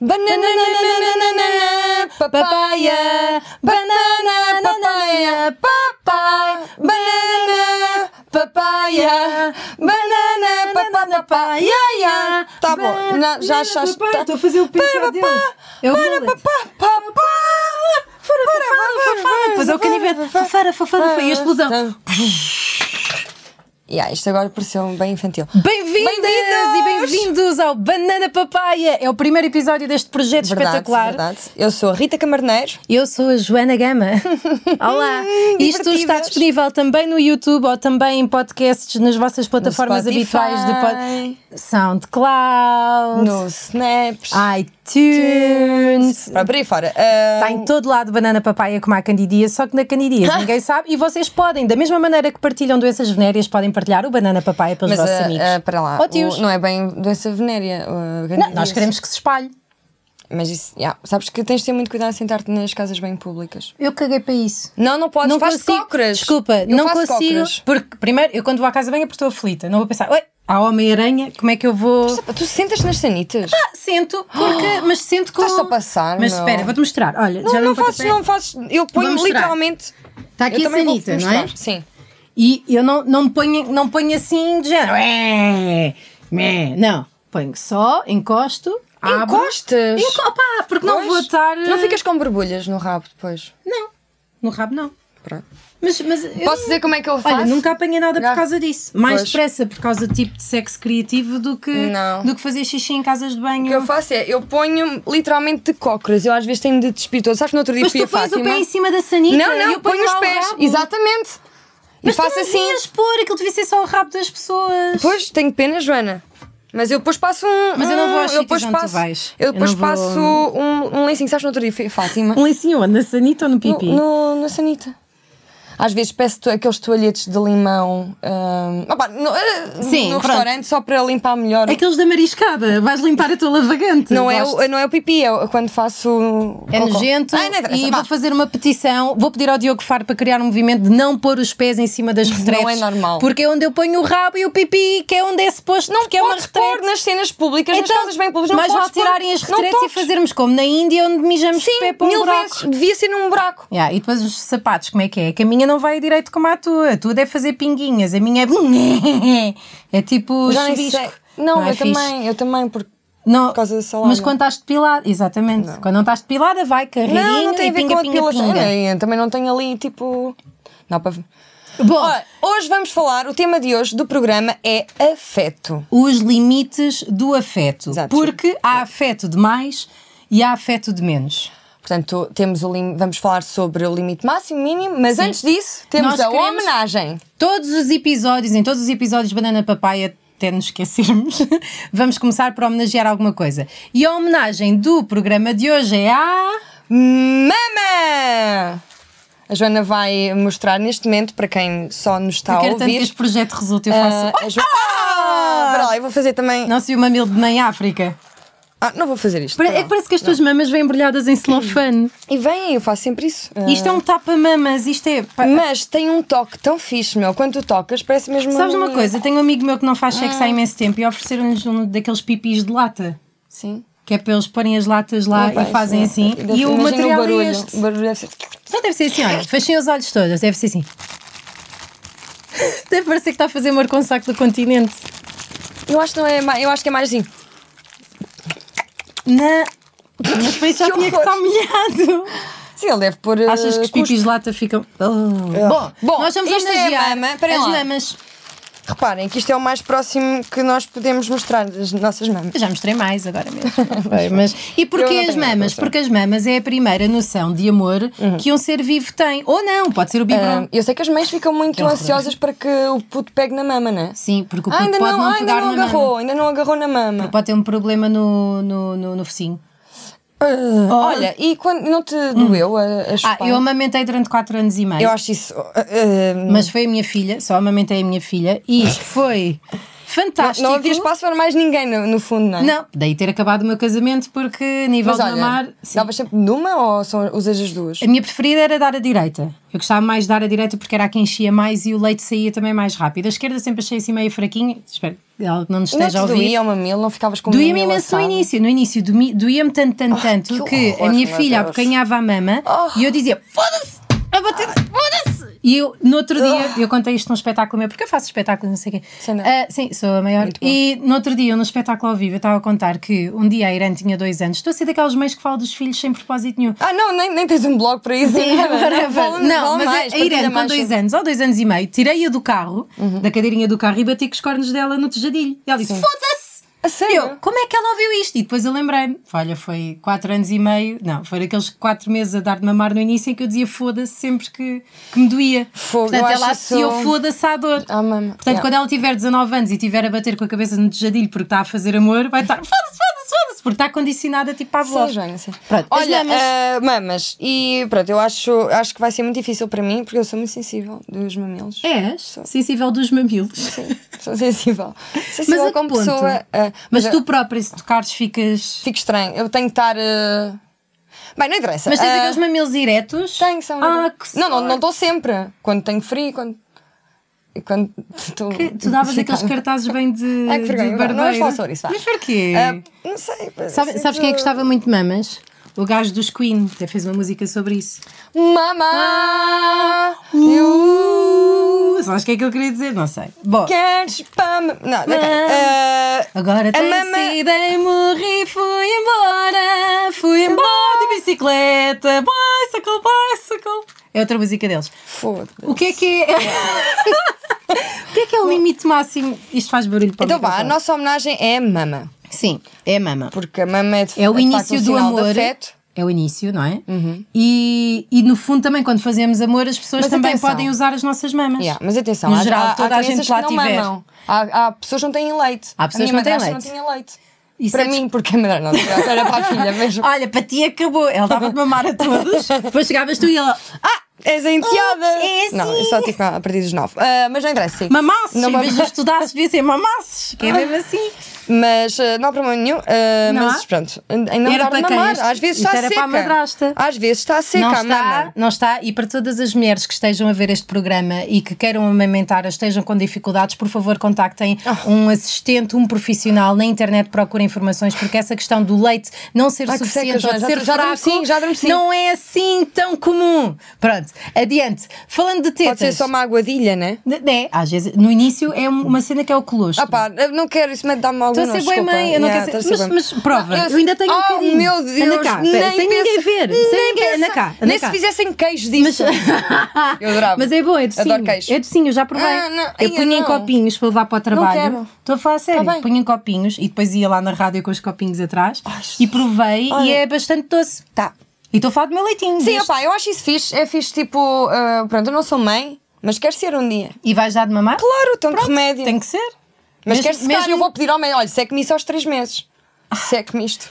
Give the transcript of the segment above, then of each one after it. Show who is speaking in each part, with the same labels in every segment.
Speaker 1: Banana, nananana, papaya, banana, papaya, papai, banana, papaya, banana, papaya, papaya, ya. Tá bom, na- já achaste.
Speaker 2: Papai,
Speaker 1: tá-
Speaker 2: Estou a fazer o pensadelo.
Speaker 1: papá,
Speaker 2: É o
Speaker 1: para,
Speaker 2: mullet.
Speaker 1: papá, papá. Fora, fora, fora,
Speaker 2: Depois é o canivete. Fafara, fafara, foi a explosão.
Speaker 1: Yeah, isto agora pareceu bem infantil.
Speaker 2: Bem-vindas e
Speaker 1: Bem-vindos!
Speaker 2: bem-vindos ao Banana Papaya. É o primeiro episódio deste projeto espetacular.
Speaker 1: Verdade. Eu sou a Rita Camarneiro. Hum,
Speaker 2: Eu sou a Joana Gama. Olá! Isto
Speaker 1: Divertidas.
Speaker 2: está disponível também no YouTube ou também em podcasts nas vossas plataformas
Speaker 1: Spotify.
Speaker 2: habituais de pod... SoundCloud,
Speaker 1: No Snaps.
Speaker 2: iTunes.
Speaker 1: Para por aí fora. Hum,
Speaker 2: Está em todo lado banana papaya como a candidia, só que na candidia ninguém sabe. E vocês podem, da mesma maneira que partilham doenças venéreas, podem partilhar o banana papaya pelos
Speaker 1: mas
Speaker 2: vossos
Speaker 1: ah,
Speaker 2: amigos.
Speaker 1: ah, para lá.
Speaker 2: Ou tios.
Speaker 1: o- não é bem doença venérea. o-
Speaker 2: Não, nós
Speaker 1: isso.
Speaker 2: queremos que se espalhe.
Speaker 1: Mas isso, yeah, sabes que tens de ter muito cuidado a sentar-te nas casas bem públicas.
Speaker 2: Eu caguei para isso.
Speaker 1: Não, não podes.
Speaker 2: não
Speaker 1: faz
Speaker 2: consigo.
Speaker 1: cócoras.
Speaker 2: Desculpa,
Speaker 1: Eu
Speaker 2: não
Speaker 1: faço
Speaker 2: consigo.
Speaker 1: cócoras.
Speaker 2: Porque, primeiro, eu quando vou à casa bem é porque estou aflita. Não vou pensar, oi, há Homem-Aranha, como é que eu vou.
Speaker 1: Tu sentas nas sanitas?
Speaker 2: Ah, sento, porque, mas sento com.
Speaker 1: Estás-te a passar,
Speaker 2: Mas
Speaker 1: meu.
Speaker 2: espera, vou-te mostrar. Olha, já
Speaker 1: não, não
Speaker 2: me
Speaker 1: fazes,
Speaker 2: aconteceu.
Speaker 1: não fazes. Eu ponho
Speaker 2: mostrar.
Speaker 1: literalmente.
Speaker 2: Está aqui
Speaker 1: eu
Speaker 2: a
Speaker 1: também vou
Speaker 2: sanita, não é?
Speaker 1: mostrar. Sim.
Speaker 2: E eu não, não, me ponho, não ponho assim de género. "Ué, ué", Não. Ponho só, encosto. abro.
Speaker 1: Encostas?
Speaker 2: Enco- opá, porque não
Speaker 1: Pois.
Speaker 2: vou estar.
Speaker 1: Tu Não ficas com borbulhas no rabo depois.
Speaker 2: Não, no rabo não.
Speaker 1: Pronto.
Speaker 2: Mas, mas eu
Speaker 1: Posso dizer como é que eu faço?
Speaker 2: Olha, nunca apanhei nada
Speaker 1: Já.
Speaker 2: por causa disso. Mais
Speaker 1: Pois.
Speaker 2: depressa por causa do tipo de sexo criativo do que,
Speaker 1: Não.
Speaker 2: do que fazer xixi em casas de
Speaker 1: O que eu
Speaker 2: banho.
Speaker 1: faço é, eu ponho literalmente de cócoras. Eu às vezes tenho de despir todo. Sabes que no outro dia
Speaker 2: Mas
Speaker 1: fui
Speaker 2: tu
Speaker 1: a
Speaker 2: pões o
Speaker 1: Fátima?
Speaker 2: pé em cima da sanita
Speaker 1: não,
Speaker 2: e
Speaker 1: não,
Speaker 2: eu
Speaker 1: ponho os pés. Exatamente.
Speaker 2: Mas
Speaker 1: e faço
Speaker 2: tu não
Speaker 1: assim.
Speaker 2: devias pôr, aquilo devia ser só o rabo das pessoas.
Speaker 1: Depois tenho pena, Joana. Mas eu depois passo um.
Speaker 2: Mas eu não vou aos
Speaker 1: um, eu
Speaker 2: sítios
Speaker 1: depois
Speaker 2: onde tu
Speaker 1: passo,
Speaker 2: vais.
Speaker 1: Eu
Speaker 2: Eu
Speaker 1: depois
Speaker 2: não vou-
Speaker 1: passo um, um lencinho. Sabes que no outro dia fui a Fátima?
Speaker 2: Um lencinho onde? Na sanita ou no
Speaker 1: No,
Speaker 2: pipi?
Speaker 1: no- na sanita. Às vezes peço to- aqueles toalhetes de limão hum, opá, no, eh,
Speaker 2: Sim,
Speaker 1: no
Speaker 2: pronto.
Speaker 1: restaurante só para limpar melhor.
Speaker 2: Aqueles da mariscada. Vais limpar a tua lavagante.
Speaker 1: Não é,
Speaker 2: Gosto.
Speaker 1: o, não é o pipi, é o- quando faço. o
Speaker 2: É
Speaker 1: cocó.
Speaker 2: nojento
Speaker 1: Ai, não interessa,
Speaker 2: e
Speaker 1: vá.
Speaker 2: vou fazer uma petição. Vou pedir ao Diogo Faro para criar um movimento de não pôr os pés em cima das retretes.
Speaker 1: é normal.
Speaker 2: Porque é onde eu ponho o rabo e o pipi, que é onde é suposto, não que é uma
Speaker 1: Podes
Speaker 2: retrete. Então,
Speaker 1: pôr nas cenas públicas, nas casas bem públicas. Não
Speaker 2: mas vale
Speaker 1: podes pôr-
Speaker 2: tirarem as
Speaker 1: não
Speaker 2: retretes e
Speaker 1: toques.
Speaker 2: fazermos como na Índia, onde mijamos de pé
Speaker 1: Sim,
Speaker 2: para um
Speaker 1: mil
Speaker 2: buraco.
Speaker 1: vezes. Devia ser num buraco.
Speaker 2: Yeah, e depois os sapatos, como é que é? Que a minha não vai direito como a tua. A tua deve fazer pinguinhas. A minha é. É tipo
Speaker 1: Já nem sei.
Speaker 2: chuvisco.
Speaker 1: Não,
Speaker 2: é
Speaker 1: eu
Speaker 2: fixe.
Speaker 1: também, eu também, porque.
Speaker 2: Não,
Speaker 1: por causa da salada.
Speaker 2: Mas quando estás depilada, exatamente. Quando não estás depilada, vai carreirinho
Speaker 1: Não, não tem
Speaker 2: e
Speaker 1: a ver
Speaker 2: pinga,
Speaker 1: com a
Speaker 2: pinga,
Speaker 1: depilação.
Speaker 2: pinga.
Speaker 1: Eu Também não é? tenho ali tipo. Não, para.
Speaker 2: Bom,
Speaker 1: Olha, hoje vamos falar, o tema de hoje do programa é afeto.
Speaker 2: os limites do afeto.
Speaker 1: Exato.
Speaker 2: Porque há afeto de mais e há afeto de menos.
Speaker 1: Portanto, temos o lim... vamos falar sobre o limite máximo e mínimo, mas antes disso, temos
Speaker 2: Nós
Speaker 1: a
Speaker 2: queremos-
Speaker 1: homenagem.
Speaker 2: Todos os episódios, em todos os episódios Banana Papaya, até nos esquecermos, vamos começar por homenagear alguma coisa. E a homenagem do programa de hoje é a.
Speaker 1: Mama! A Joana vai mostrar neste momento, para quem só nos está Tá a
Speaker 2: Quero tanto que
Speaker 1: ouvir.
Speaker 2: este projeto resulte, eu faço.
Speaker 1: ah, a Jo- Ah! Espera lá, eu vou fazer também.
Speaker 2: Não sei o mamilo de mãe África.
Speaker 1: Ah, não vou fazer isto.
Speaker 2: Pare-
Speaker 1: espera
Speaker 2: É
Speaker 1: lá.
Speaker 2: que parece que as tuas mamas vêm embrulhadas em celofane.
Speaker 1: E vem, eu faço sempre isso. Ah,
Speaker 2: Isto é um tapa-mamas, isto é. pá,
Speaker 1: Mas tem um toque tão fixe, meu. Quando tu tocas, parece mesmo.
Speaker 2: Sabes uma coisa? Tenho um amigo meu que não faz
Speaker 1: Ah.
Speaker 2: sexo há imenso tempo e ofereceram-lhes um daqueles pipis de lata.
Speaker 1: Sim.
Speaker 2: Que é para eles porem as latas lá
Speaker 1: Epá,
Speaker 2: e fazem
Speaker 1: isso,
Speaker 2: assim.
Speaker 1: né? deve-
Speaker 2: E o
Speaker 1: imagina
Speaker 2: material
Speaker 1: o barulho.
Speaker 2: é este.
Speaker 1: O barulho deve ser.
Speaker 2: Não deve ser assim, olha. Fechem os olhos todos, deve ser assim. Deve parecer que está a fazer amor com o saco do continente.
Speaker 1: Eu acho, que não é, ma- eu acho que é mais assim.
Speaker 2: Na... Mas depois já
Speaker 1: Que
Speaker 2: tinha que estar molhado.
Speaker 1: Sim, ele deve pôr.
Speaker 2: Achas
Speaker 1: eh,
Speaker 2: que os
Speaker 1: custo.
Speaker 2: pipis de lata ficam. Oh. Bom,
Speaker 1: Bom,
Speaker 2: nós vamos
Speaker 1: isto é
Speaker 2: homenagear
Speaker 1: mama, espera
Speaker 2: as
Speaker 1: lá.
Speaker 2: mamas.
Speaker 1: Reparem que isto é o mais próximo que nós podemos mostrar das nossas mamas.
Speaker 2: Eu já mostrei mais agora mesmo. Bem, mas... E porquê
Speaker 1: Eu não
Speaker 2: as
Speaker 1: tenho nada
Speaker 2: mamas?
Speaker 1: para mostrar.
Speaker 2: Porque as mamas é a primeira noção de amor que um ser vivo tem. Ou não, pode ser o biberon.
Speaker 1: Ah, eu sei que as mães ficam muito
Speaker 2: horror.
Speaker 1: ansiosas para que o puto pegue na mama, né?
Speaker 2: Sim, porque o
Speaker 1: Ah,
Speaker 2: puto
Speaker 1: ainda
Speaker 2: pode
Speaker 1: não,
Speaker 2: não,
Speaker 1: ah, ainda
Speaker 2: pegar
Speaker 1: não
Speaker 2: na
Speaker 1: agarrou,
Speaker 2: mama.
Speaker 1: ainda não agarrou na mama.
Speaker 2: Pode ter um problema no, no, no, no focinho.
Speaker 1: Ah, Olha, e quando não te doeu a, a
Speaker 2: Ah,
Speaker 1: chupar?
Speaker 2: eu amamentei durante 4 anos e meio.
Speaker 1: Eu acho isso. ah, ah,
Speaker 2: Mas foi a minha filha, só amamentei a minha filha e foi
Speaker 1: Não,
Speaker 2: fantásticos.
Speaker 1: não havia espaço para mais ninguém, no, no fundo, não é?
Speaker 2: Não, daí ter acabado o meu casamento, porque a nível
Speaker 1: Mas
Speaker 2: de
Speaker 1: olha,
Speaker 2: mamar. sim.
Speaker 1: davas sempre numa ou são, usas as duas?
Speaker 2: A minha preferida era dar a direita. Eu gostava mais de dar a direita porque era a que enchia mais e o leite saía também mais rápido. A esquerda sempre achei assim meio fraquinha. Espero que ela não nos
Speaker 1: Não
Speaker 2: esteja a
Speaker 1: te
Speaker 2: ouvir.
Speaker 1: doía o mamilo, não ficavas com o
Speaker 2: Doía-me
Speaker 1: mamilo
Speaker 2: imenso no
Speaker 1: assado?
Speaker 2: início. No início domi- doía-me tanto, tanto, tanto
Speaker 1: Ah, que
Speaker 2: que, a
Speaker 1: horror,
Speaker 2: minha
Speaker 1: meu
Speaker 2: filha
Speaker 1: Deus.
Speaker 2: abocanhava a mama
Speaker 1: Oh.
Speaker 2: e eu dizia: foda-se! A bater, foda-se! E eu, no outro dia, eu contei isto num espetáculo meu, porque eu faço espetáculos, não sei o quê.
Speaker 1: Sei Ah. não. é?
Speaker 2: Ah, sim, sou a maior. E no outro dia, eu num espetáculo ao vivo, eu estava a contar que um dia a Irã tinha dois anos. Estou a ser daquelas mães que falam dos filhos sem propósito nenhum.
Speaker 1: Ah, não, nem, nem tens um blog para isso.
Speaker 2: Sim,
Speaker 1: nada,
Speaker 2: whatever.
Speaker 1: Fala-
Speaker 2: Não,
Speaker 1: fala
Speaker 2: mas
Speaker 1: mais,
Speaker 2: a
Speaker 1: partilha
Speaker 2: Irene, com
Speaker 1: mais
Speaker 2: dois
Speaker 1: sobre- Uhum.
Speaker 2: anos ou dois anos e meio, tirei-a do carro, da cadeirinha do carro, e bati com os cornos dela no tejadilho. E ela disse: Foda-se!
Speaker 1: A sério?
Speaker 2: Eu, como é que ela ouviu isto? E depois eu lembrei-me. Olha, foi quatro anos e meio. Não, foram aqueles quatro meses a dar de mamar no início em que eu dizia foda-se sempre que, que me doía.
Speaker 1: Fogo,
Speaker 2: Portanto,
Speaker 1: eu
Speaker 2: ela
Speaker 1: acho isso-
Speaker 2: associou foda-se à dor.
Speaker 1: Ah, mama.
Speaker 2: Portanto,
Speaker 1: Yeah.
Speaker 2: quando ela tiver 19 anos e estiver a bater com a cabeça no tejadilho porque está a fazer amor, vai estar foda-se, foda-se, foda-se, porque está condicionada tipo à
Speaker 1: Sim,
Speaker 2: voz.
Speaker 1: Joana, sim.
Speaker 2: Pronto, as
Speaker 1: Olha,
Speaker 2: mamas-
Speaker 1: ah, mamas. E pronto, eu acho, acho que vai ser muito difícil para mim, porque eu sou muito sensível dos mamilos.
Speaker 2: És sensível dos mamilos.
Speaker 1: Sim, sou sensível. Sensível
Speaker 2: a que
Speaker 1: como
Speaker 2: ponto?
Speaker 1: pessoa. ah,
Speaker 2: Mas
Speaker 1: eu-
Speaker 2: tu própria, se tocares, ficas.
Speaker 1: Fico estranho. Eu tenho que estar. ah, Bem, não interessa.
Speaker 2: Mas tens
Speaker 1: Ah,
Speaker 2: aqueles mamilos eretos?
Speaker 1: Tenho, são.
Speaker 2: Ah, que
Speaker 1: não, não, não
Speaker 2: sorte.
Speaker 1: estou sempre. Quando tenho frio, quando. Quando estou.
Speaker 2: Que- Tu davas aqueles
Speaker 1: excitada.
Speaker 2: cartazes bem de.
Speaker 1: Ai, que vergonha.
Speaker 2: de
Speaker 1: Não, não vamos
Speaker 2: barbeiro.
Speaker 1: falar sobre isso, vá.
Speaker 2: Mas porquê?
Speaker 1: Ah, não sei.
Speaker 2: Sabe- sabes quem é que gostava muito de mamas? O gajo dos Queen, até fez uma música sobre isso.
Speaker 1: Mama! Eu.
Speaker 2: Mas sabes o que é que eu queria dizer? Não sei. Bom,
Speaker 1: Queres pam. Não, ok. Ah,
Speaker 2: agora tem
Speaker 1: mama-
Speaker 2: sido e morri, fui embora, fui embora de bicicleta, bicycle, bicycle. É outra música deles.
Speaker 1: Foda-se.
Speaker 2: O que é que é. o que é que é o limite máximo? Isto faz barulho para o
Speaker 1: Então vá, a
Speaker 2: microfone.
Speaker 1: nossa homenagem é mama.
Speaker 2: Sim, é a mama.
Speaker 1: Porque a mama é de
Speaker 2: É o
Speaker 1: de facto,
Speaker 2: início
Speaker 1: um
Speaker 2: do
Speaker 1: sinal de
Speaker 2: amor.
Speaker 1: afeto. Uhum.
Speaker 2: É o início, não é? E, e no fundo também, quando fazemos amor, as pessoas
Speaker 1: Mas
Speaker 2: também
Speaker 1: atenção.
Speaker 2: podem usar as nossas mamas.
Speaker 1: Yeah, mas atenção,
Speaker 2: No
Speaker 1: há,
Speaker 2: geral,
Speaker 1: há,
Speaker 2: toda
Speaker 1: há
Speaker 2: a gente
Speaker 1: crianças
Speaker 2: lá
Speaker 1: que não
Speaker 2: tiver.
Speaker 1: mamam. Há, há pessoas que não têm leite.
Speaker 2: Há pessoas
Speaker 1: a minha
Speaker 2: que não têm
Speaker 1: madrasta
Speaker 2: leite.
Speaker 1: não tinha leite.
Speaker 2: Isso
Speaker 1: para
Speaker 2: é Ah,
Speaker 1: mim, porque a madrasta não era para a filha mesmo.
Speaker 2: Olha, para ti acabou. Ela dava de mamar a todos. Depois chegavas tu e ela.
Speaker 1: Ah, és a enteada!
Speaker 2: Ups, é assim.
Speaker 1: Não, eu só tipo a partir dos nove. Ah, mas não interessa, sim.
Speaker 2: Mamasses,
Speaker 1: Não
Speaker 2: em vez de
Speaker 1: mama-
Speaker 2: estudasses, devia ser mamasses, que é mesmo assim.
Speaker 1: Mas ah, não há problema nenhum. Ah,
Speaker 2: Não
Speaker 1: mas
Speaker 2: há?
Speaker 1: pronto, em não
Speaker 2: Era
Speaker 1: dar
Speaker 2: para
Speaker 1: de
Speaker 2: quem
Speaker 1: mamar.
Speaker 2: este?
Speaker 1: Às vezes
Speaker 2: Isto
Speaker 1: está
Speaker 2: era
Speaker 1: seca.
Speaker 2: para a madrasta.
Speaker 1: Às vezes está seca
Speaker 2: não
Speaker 1: a mama.
Speaker 2: está, não está. E para todas as mulheres que estejam a ver este programa e que queiram amamentar ou estejam com dificuldades, por favor, contactem
Speaker 1: Ah.
Speaker 2: um assistente, um profissional na internet, procurem informações, porque essa questão do leite não ser
Speaker 1: Ai, que
Speaker 2: suficiente
Speaker 1: seca,
Speaker 2: ou de
Speaker 1: já-
Speaker 2: ser
Speaker 1: já
Speaker 2: fraco
Speaker 1: adormeci, já adormeci.
Speaker 2: não é assim tão comum. Pronto, adiante. Falando de tetas.
Speaker 1: Pode ser só uma aguadilha, né?
Speaker 2: De- né? Às vezes, no início é um- uma cena que é o colostro.
Speaker 1: Ah pá, eu não quero isso, mas dá-me algum
Speaker 2: Estou a ser
Speaker 1: nojo,
Speaker 2: boa
Speaker 1: desculpa.
Speaker 2: mãe, eu não
Speaker 1: Yeah,
Speaker 2: quero ser.
Speaker 1: estou a
Speaker 2: Mas,
Speaker 1: boa
Speaker 2: mas prova,
Speaker 1: Não,
Speaker 2: eu ainda tenho um
Speaker 1: oh,
Speaker 2: bocadinho.
Speaker 1: meu Deus,
Speaker 2: Anda cá,
Speaker 1: nem
Speaker 2: pera, sem ninguém
Speaker 1: pensa-
Speaker 2: ver.
Speaker 1: nem
Speaker 2: Sem ninguém,
Speaker 1: pensa.
Speaker 2: anda cá, anda
Speaker 1: Nem
Speaker 2: cá.
Speaker 1: se fizessem queijo disso. Eu adorava.
Speaker 2: Mas é boa, é docinho.
Speaker 1: Adoro queijo.
Speaker 2: É docinho, eu já provei.
Speaker 1: Ah, não, ai,
Speaker 2: eu
Speaker 1: eu
Speaker 2: punha em
Speaker 1: não.
Speaker 2: copinhos para levar para o trabalho.
Speaker 1: quero. Tá
Speaker 2: Estou a falar a sério.
Speaker 1: bem.
Speaker 2: punha em copinhos e depois ia lá na rádio com os copinhos atrás e provei e
Speaker 1: Olha.
Speaker 2: é bastante doce.
Speaker 1: Tá.
Speaker 2: E estou a falar do meu leitinho.
Speaker 1: Sim,
Speaker 2: deste.
Speaker 1: opá, eu acho isso fixe. É fixe, tipo, ah, pronto, eu não sou mãe, mas quero ser um dia.
Speaker 2: E vais dar de mamar?
Speaker 1: Claro, tanto remédio.
Speaker 2: Tem que ser.
Speaker 1: Mas
Speaker 2: Mesmo-
Speaker 1: quero secar,
Speaker 2: mesmo- Ah.
Speaker 1: eu vou pedir ao médico, olha, seque-me isso aos 3 meses. Seque-me isto.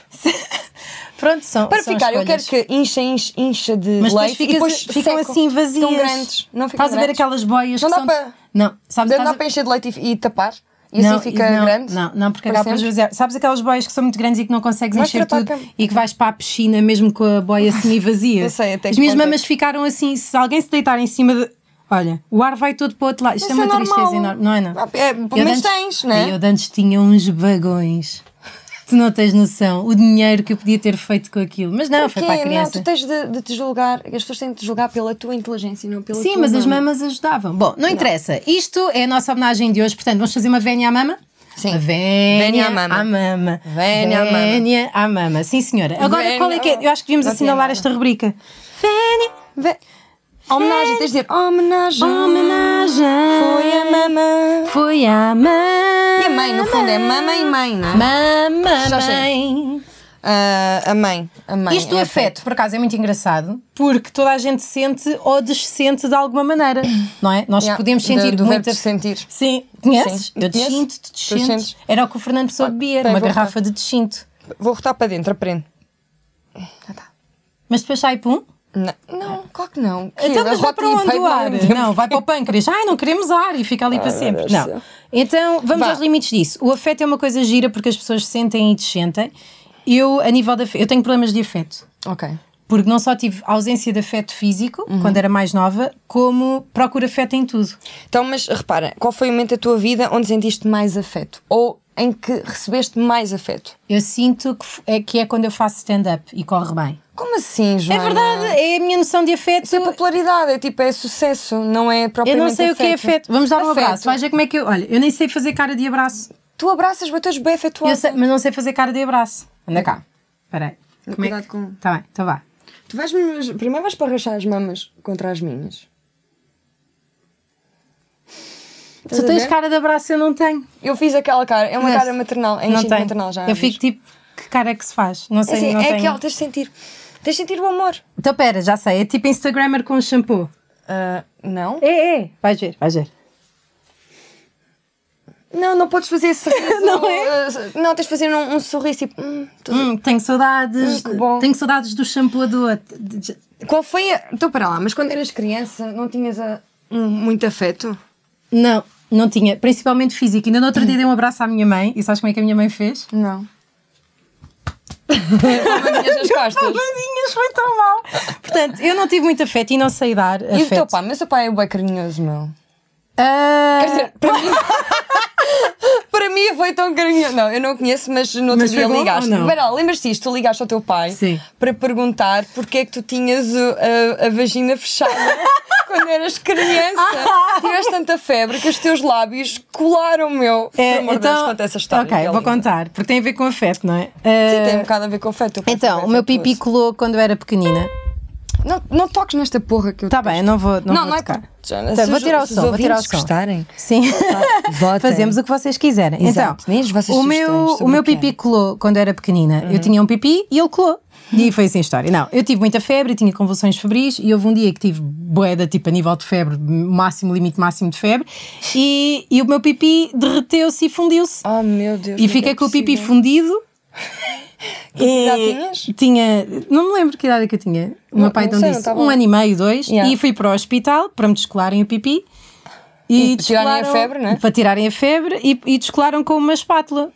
Speaker 2: Pronto, são.
Speaker 1: Para
Speaker 2: são
Speaker 1: ficar,
Speaker 2: escolhas.
Speaker 1: eu quero que incha, incha, incha de
Speaker 2: Mas depois,
Speaker 1: leite
Speaker 2: ficas,
Speaker 1: e depois
Speaker 2: ficam
Speaker 1: seco.
Speaker 2: assim vazias.
Speaker 1: Tão grandes. Não ficam
Speaker 2: Estás a ver
Speaker 1: grandes.
Speaker 2: aquelas boias
Speaker 1: Não
Speaker 2: que
Speaker 1: dá
Speaker 2: são.
Speaker 1: para-
Speaker 2: Não, sabes
Speaker 1: Não
Speaker 2: estás
Speaker 1: dá
Speaker 2: a-
Speaker 1: para encher de leite e, e tapar? E assim fica
Speaker 2: não,
Speaker 1: grande?
Speaker 2: Não, não, porque
Speaker 1: Para
Speaker 2: acaba às
Speaker 1: sempre?
Speaker 2: vezes. é- Sabes aquelas boias que são muito grandes e que não consegues
Speaker 1: Mostra
Speaker 2: encher
Speaker 1: para a
Speaker 2: tudo
Speaker 1: câmera.
Speaker 2: e que vais para a piscina mesmo com a boia assim vazia?
Speaker 1: Eu sei até
Speaker 2: As
Speaker 1: que
Speaker 2: minhas
Speaker 1: ponto é
Speaker 2: mamas ficaram assim, se alguém se deitar em cima de. Olha, o ar vai todo para o outro lado. Isto
Speaker 1: Isso
Speaker 2: é uma
Speaker 1: é
Speaker 2: tristeza
Speaker 1: normal.
Speaker 2: enorme, não é? Não.
Speaker 1: Ah, é, pelo
Speaker 2: Eu
Speaker 1: menos
Speaker 2: de antes-
Speaker 1: tens, não é?
Speaker 2: Eu de antes tinha uns bagões. Tu não tens noção o dinheiro que eu podia ter feito com aquilo. Mas não, foi
Speaker 1: Quê?
Speaker 2: para a
Speaker 1: Não,
Speaker 2: criança.
Speaker 1: tu tens de, de te julgar, as pessoas têm de te julgar pela tua inteligência e não pela
Speaker 2: Sim,
Speaker 1: tua
Speaker 2: mas as
Speaker 1: mama.
Speaker 2: mamas ajudavam. Bom, não, interessa. Isto é a nossa homenagem de hoje. Portanto, vamos fazer uma vénia à mama?
Speaker 1: Sim.
Speaker 2: A Vénia,
Speaker 1: Vénia à mama.
Speaker 2: à mama.
Speaker 1: Vénia à mama.
Speaker 2: Vénia à mama. Sim, senhora. Agora,
Speaker 1: Vénia
Speaker 2: qual é que
Speaker 1: à
Speaker 2: é?
Speaker 1: mama.
Speaker 2: Eu acho que devíamos
Speaker 1: Não tinha
Speaker 2: assinalar
Speaker 1: nada.
Speaker 2: esta rubrica. Vénia,
Speaker 1: Vé- Homenagem, tens de dizer homenagem.
Speaker 2: É, homenagem.
Speaker 1: Foi a mama.
Speaker 2: Foi a mãe.
Speaker 1: E a mãe, no fundo, é mama e mãe, não é?
Speaker 2: Mama,
Speaker 1: Já chega.
Speaker 2: mãe.
Speaker 1: Ah, a mãe. A mãe.
Speaker 2: Isto do
Speaker 1: é
Speaker 2: afeto, por acaso, é muito engraçado, porque toda a gente sente ou descente de alguma maneira, não é? Nós
Speaker 1: Yeah,
Speaker 2: podemos
Speaker 1: do-
Speaker 2: sentir
Speaker 1: do verbo
Speaker 2: muito. af-
Speaker 1: sentir.
Speaker 2: Sim, conheces?
Speaker 1: Sim,
Speaker 2: Eu
Speaker 1: conheço.
Speaker 2: descinto, tu
Speaker 1: Tu
Speaker 2: descinto.
Speaker 1: sentes.
Speaker 2: Era o que o Fernando soube beber,
Speaker 1: tem
Speaker 2: uma
Speaker 1: vontade.
Speaker 2: garrafa de descinto.
Speaker 1: Vou rotar para dentro, aprende.
Speaker 2: Mas depois sai pum.
Speaker 1: Não. não. Claro que não. Que
Speaker 2: Então, mas vai
Speaker 1: rota
Speaker 2: para
Speaker 1: e
Speaker 2: onde
Speaker 1: peito
Speaker 2: o ar?
Speaker 1: ao mesmo tempo?
Speaker 2: Não, vai para o pâncreas. Ai, não queremos ar e fica ali para sempre.
Speaker 1: Deus do
Speaker 2: Não.
Speaker 1: céu.
Speaker 2: Então, vamos
Speaker 1: Vá.
Speaker 2: aos limites disso. O afeto é uma coisa gira porque as pessoas sentem e dessentem. Eu, a nível da eu tenho problemas de afeto.
Speaker 1: Ok.
Speaker 2: Porque não só tive ausência de afeto físico, quando era mais nova, como procuro afeto em tudo.
Speaker 1: Então, mas repara, qual foi o momento da tua vida onde sentiste mais afeto? Ou em que recebeste mais afeto?
Speaker 2: Eu sinto que f- é, que é quando eu faço stand-up e corre bem.
Speaker 1: Como assim,
Speaker 2: É
Speaker 1: Joana?
Speaker 2: verdade, é a minha noção de afeto.
Speaker 1: Isso é popularidade, é tipo, é sucesso, não é
Speaker 2: Eu
Speaker 1: propriamente
Speaker 2: não sei o que é afeto. Vamos dar um
Speaker 1: Afeto.
Speaker 2: abraço. Vais ver como é que eu. Olha, eu nem sei fazer cara de abraço.
Speaker 1: Tu abraças, mas tu és bem
Speaker 2: Eu
Speaker 1: afetuosa.
Speaker 2: sei, mas não sei fazer cara de abraço. Anda cá. Espera aí. Como é
Speaker 1: Cuidado
Speaker 2: que-
Speaker 1: com-
Speaker 2: Tá bem, então vá.
Speaker 1: Tu vais primeiro vais para rachar as mamas contra as minhas. Estás
Speaker 2: Tu
Speaker 1: a
Speaker 2: tens
Speaker 1: ver?
Speaker 2: cara de abraço, eu não tenho.
Speaker 1: Eu fiz aquela cara, é uma
Speaker 2: Mas-
Speaker 1: cara maternal, é
Speaker 2: não
Speaker 1: instinto
Speaker 2: tenho.
Speaker 1: maternal já.
Speaker 2: eu
Speaker 1: viste?
Speaker 2: fico tipo, que cara é que se faz? Não sei,
Speaker 1: É assim,
Speaker 2: não
Speaker 1: é
Speaker 2: tenho.
Speaker 1: aquela, tens de sentir. Tens de sentir o amor.
Speaker 2: Então pera, já sei. É tipo Instagrammer com shampoo.
Speaker 1: Ah, não?
Speaker 2: É, é. Vais ver, vais ver.
Speaker 1: Não, não podes fazer esse sorriso.
Speaker 2: Não é?
Speaker 1: ah, não, tens de fazer um, um sorriso tipo. hum, tudo.
Speaker 2: Hum, tenho saudades.
Speaker 1: Hum, que bom.
Speaker 2: Tenho saudades do shampoo do outro.
Speaker 1: Qual foi a. Então, para lá, mas quando eras criança não tinhas a- um- muito afeto?
Speaker 2: Não, não tinha. Principalmente físico. Ainda no outro
Speaker 1: Hum.
Speaker 2: dia dei um abraço à minha mãe. E sabes como é que a minha mãe fez?
Speaker 1: Não. Palmadinhas nas costas.
Speaker 2: Palmadinhas, foi tão mal. Portanto, eu não tive muito afeto e não sei dar
Speaker 1: E o
Speaker 2: afeto.
Speaker 1: teu pai? Mas o teu pai é bem carinhoso, meu.
Speaker 2: Ah,
Speaker 1: Quer dizer, para mim. para mim foi tão carinhoso. Não, eu não o conheço, mas no outro
Speaker 2: Mas foi
Speaker 1: dia
Speaker 2: bom
Speaker 1: ligaste.
Speaker 2: ou não?
Speaker 1: Vera, lembras-te isto? Tu ligaste ao teu pai
Speaker 2: Sim.
Speaker 1: para perguntar porque é que tu tinhas o- a, a vagina fechada. Quando eras criança,
Speaker 2: Ah,
Speaker 1: tiveste tanta febre que os teus lábios colaram, meu.
Speaker 2: É,
Speaker 1: Por amor de Deus, conta essa história. que
Speaker 2: Ok,
Speaker 1: é
Speaker 2: vou
Speaker 1: linda.
Speaker 2: contar, porque tem a ver com afeto, não é?
Speaker 1: Sim,
Speaker 2: Ah,
Speaker 1: tem um bocado a ver com o feto.
Speaker 2: Então, o meu pipi colou quando era pequenina.
Speaker 1: Não, não toques nesta porra que eu
Speaker 2: Tá bem, eu não vou. Não,
Speaker 1: Não,
Speaker 2: vou
Speaker 1: não é
Speaker 2: tocar.
Speaker 1: por- Joana,
Speaker 2: Tá,
Speaker 1: se
Speaker 2: vou
Speaker 1: os-
Speaker 2: tirar o
Speaker 1: se os
Speaker 2: som, vou tirar o
Speaker 1: ouvintes
Speaker 2: som.
Speaker 1: gostarem,
Speaker 2: Sim.
Speaker 1: votem.
Speaker 2: Fazemos o que vocês quiserem.
Speaker 1: Exato,
Speaker 2: Então,
Speaker 1: deem as vossas
Speaker 2: o meu,
Speaker 1: sugestões sobre
Speaker 2: o meu
Speaker 1: o que é. Uhum.
Speaker 2: pipi colou quando era pequenina. Eu tinha um pipi e ele colou. E foi assim a história. Não, eu tive muita febre, tinha convulsões febris e houve um dia que tive boeda, tipo, a nível de febre, máximo, limite máximo de febre, e, e o meu pipi derreteu-se e fundiu-se.
Speaker 1: Oh, meu Deus.
Speaker 2: E
Speaker 1: como é que
Speaker 2: fiquei
Speaker 1: é
Speaker 2: com o pipi
Speaker 1: possível?
Speaker 2: fundido. E
Speaker 1: idade tinhas?
Speaker 2: Tinha, não me lembro que idade é que eu tinha. O meu
Speaker 1: Não-
Speaker 2: pai
Speaker 1: não
Speaker 2: então
Speaker 1: sei, não
Speaker 2: disse
Speaker 1: estava
Speaker 2: um
Speaker 1: lá.
Speaker 2: ano e meio, dois,
Speaker 1: Yeah.
Speaker 2: e fui para o hospital para me descolarem o pipi. E,
Speaker 1: E para tirarem a
Speaker 2: descolaram-
Speaker 1: febre, né?
Speaker 2: Para tirarem a febre e, e descolaram com uma espátula.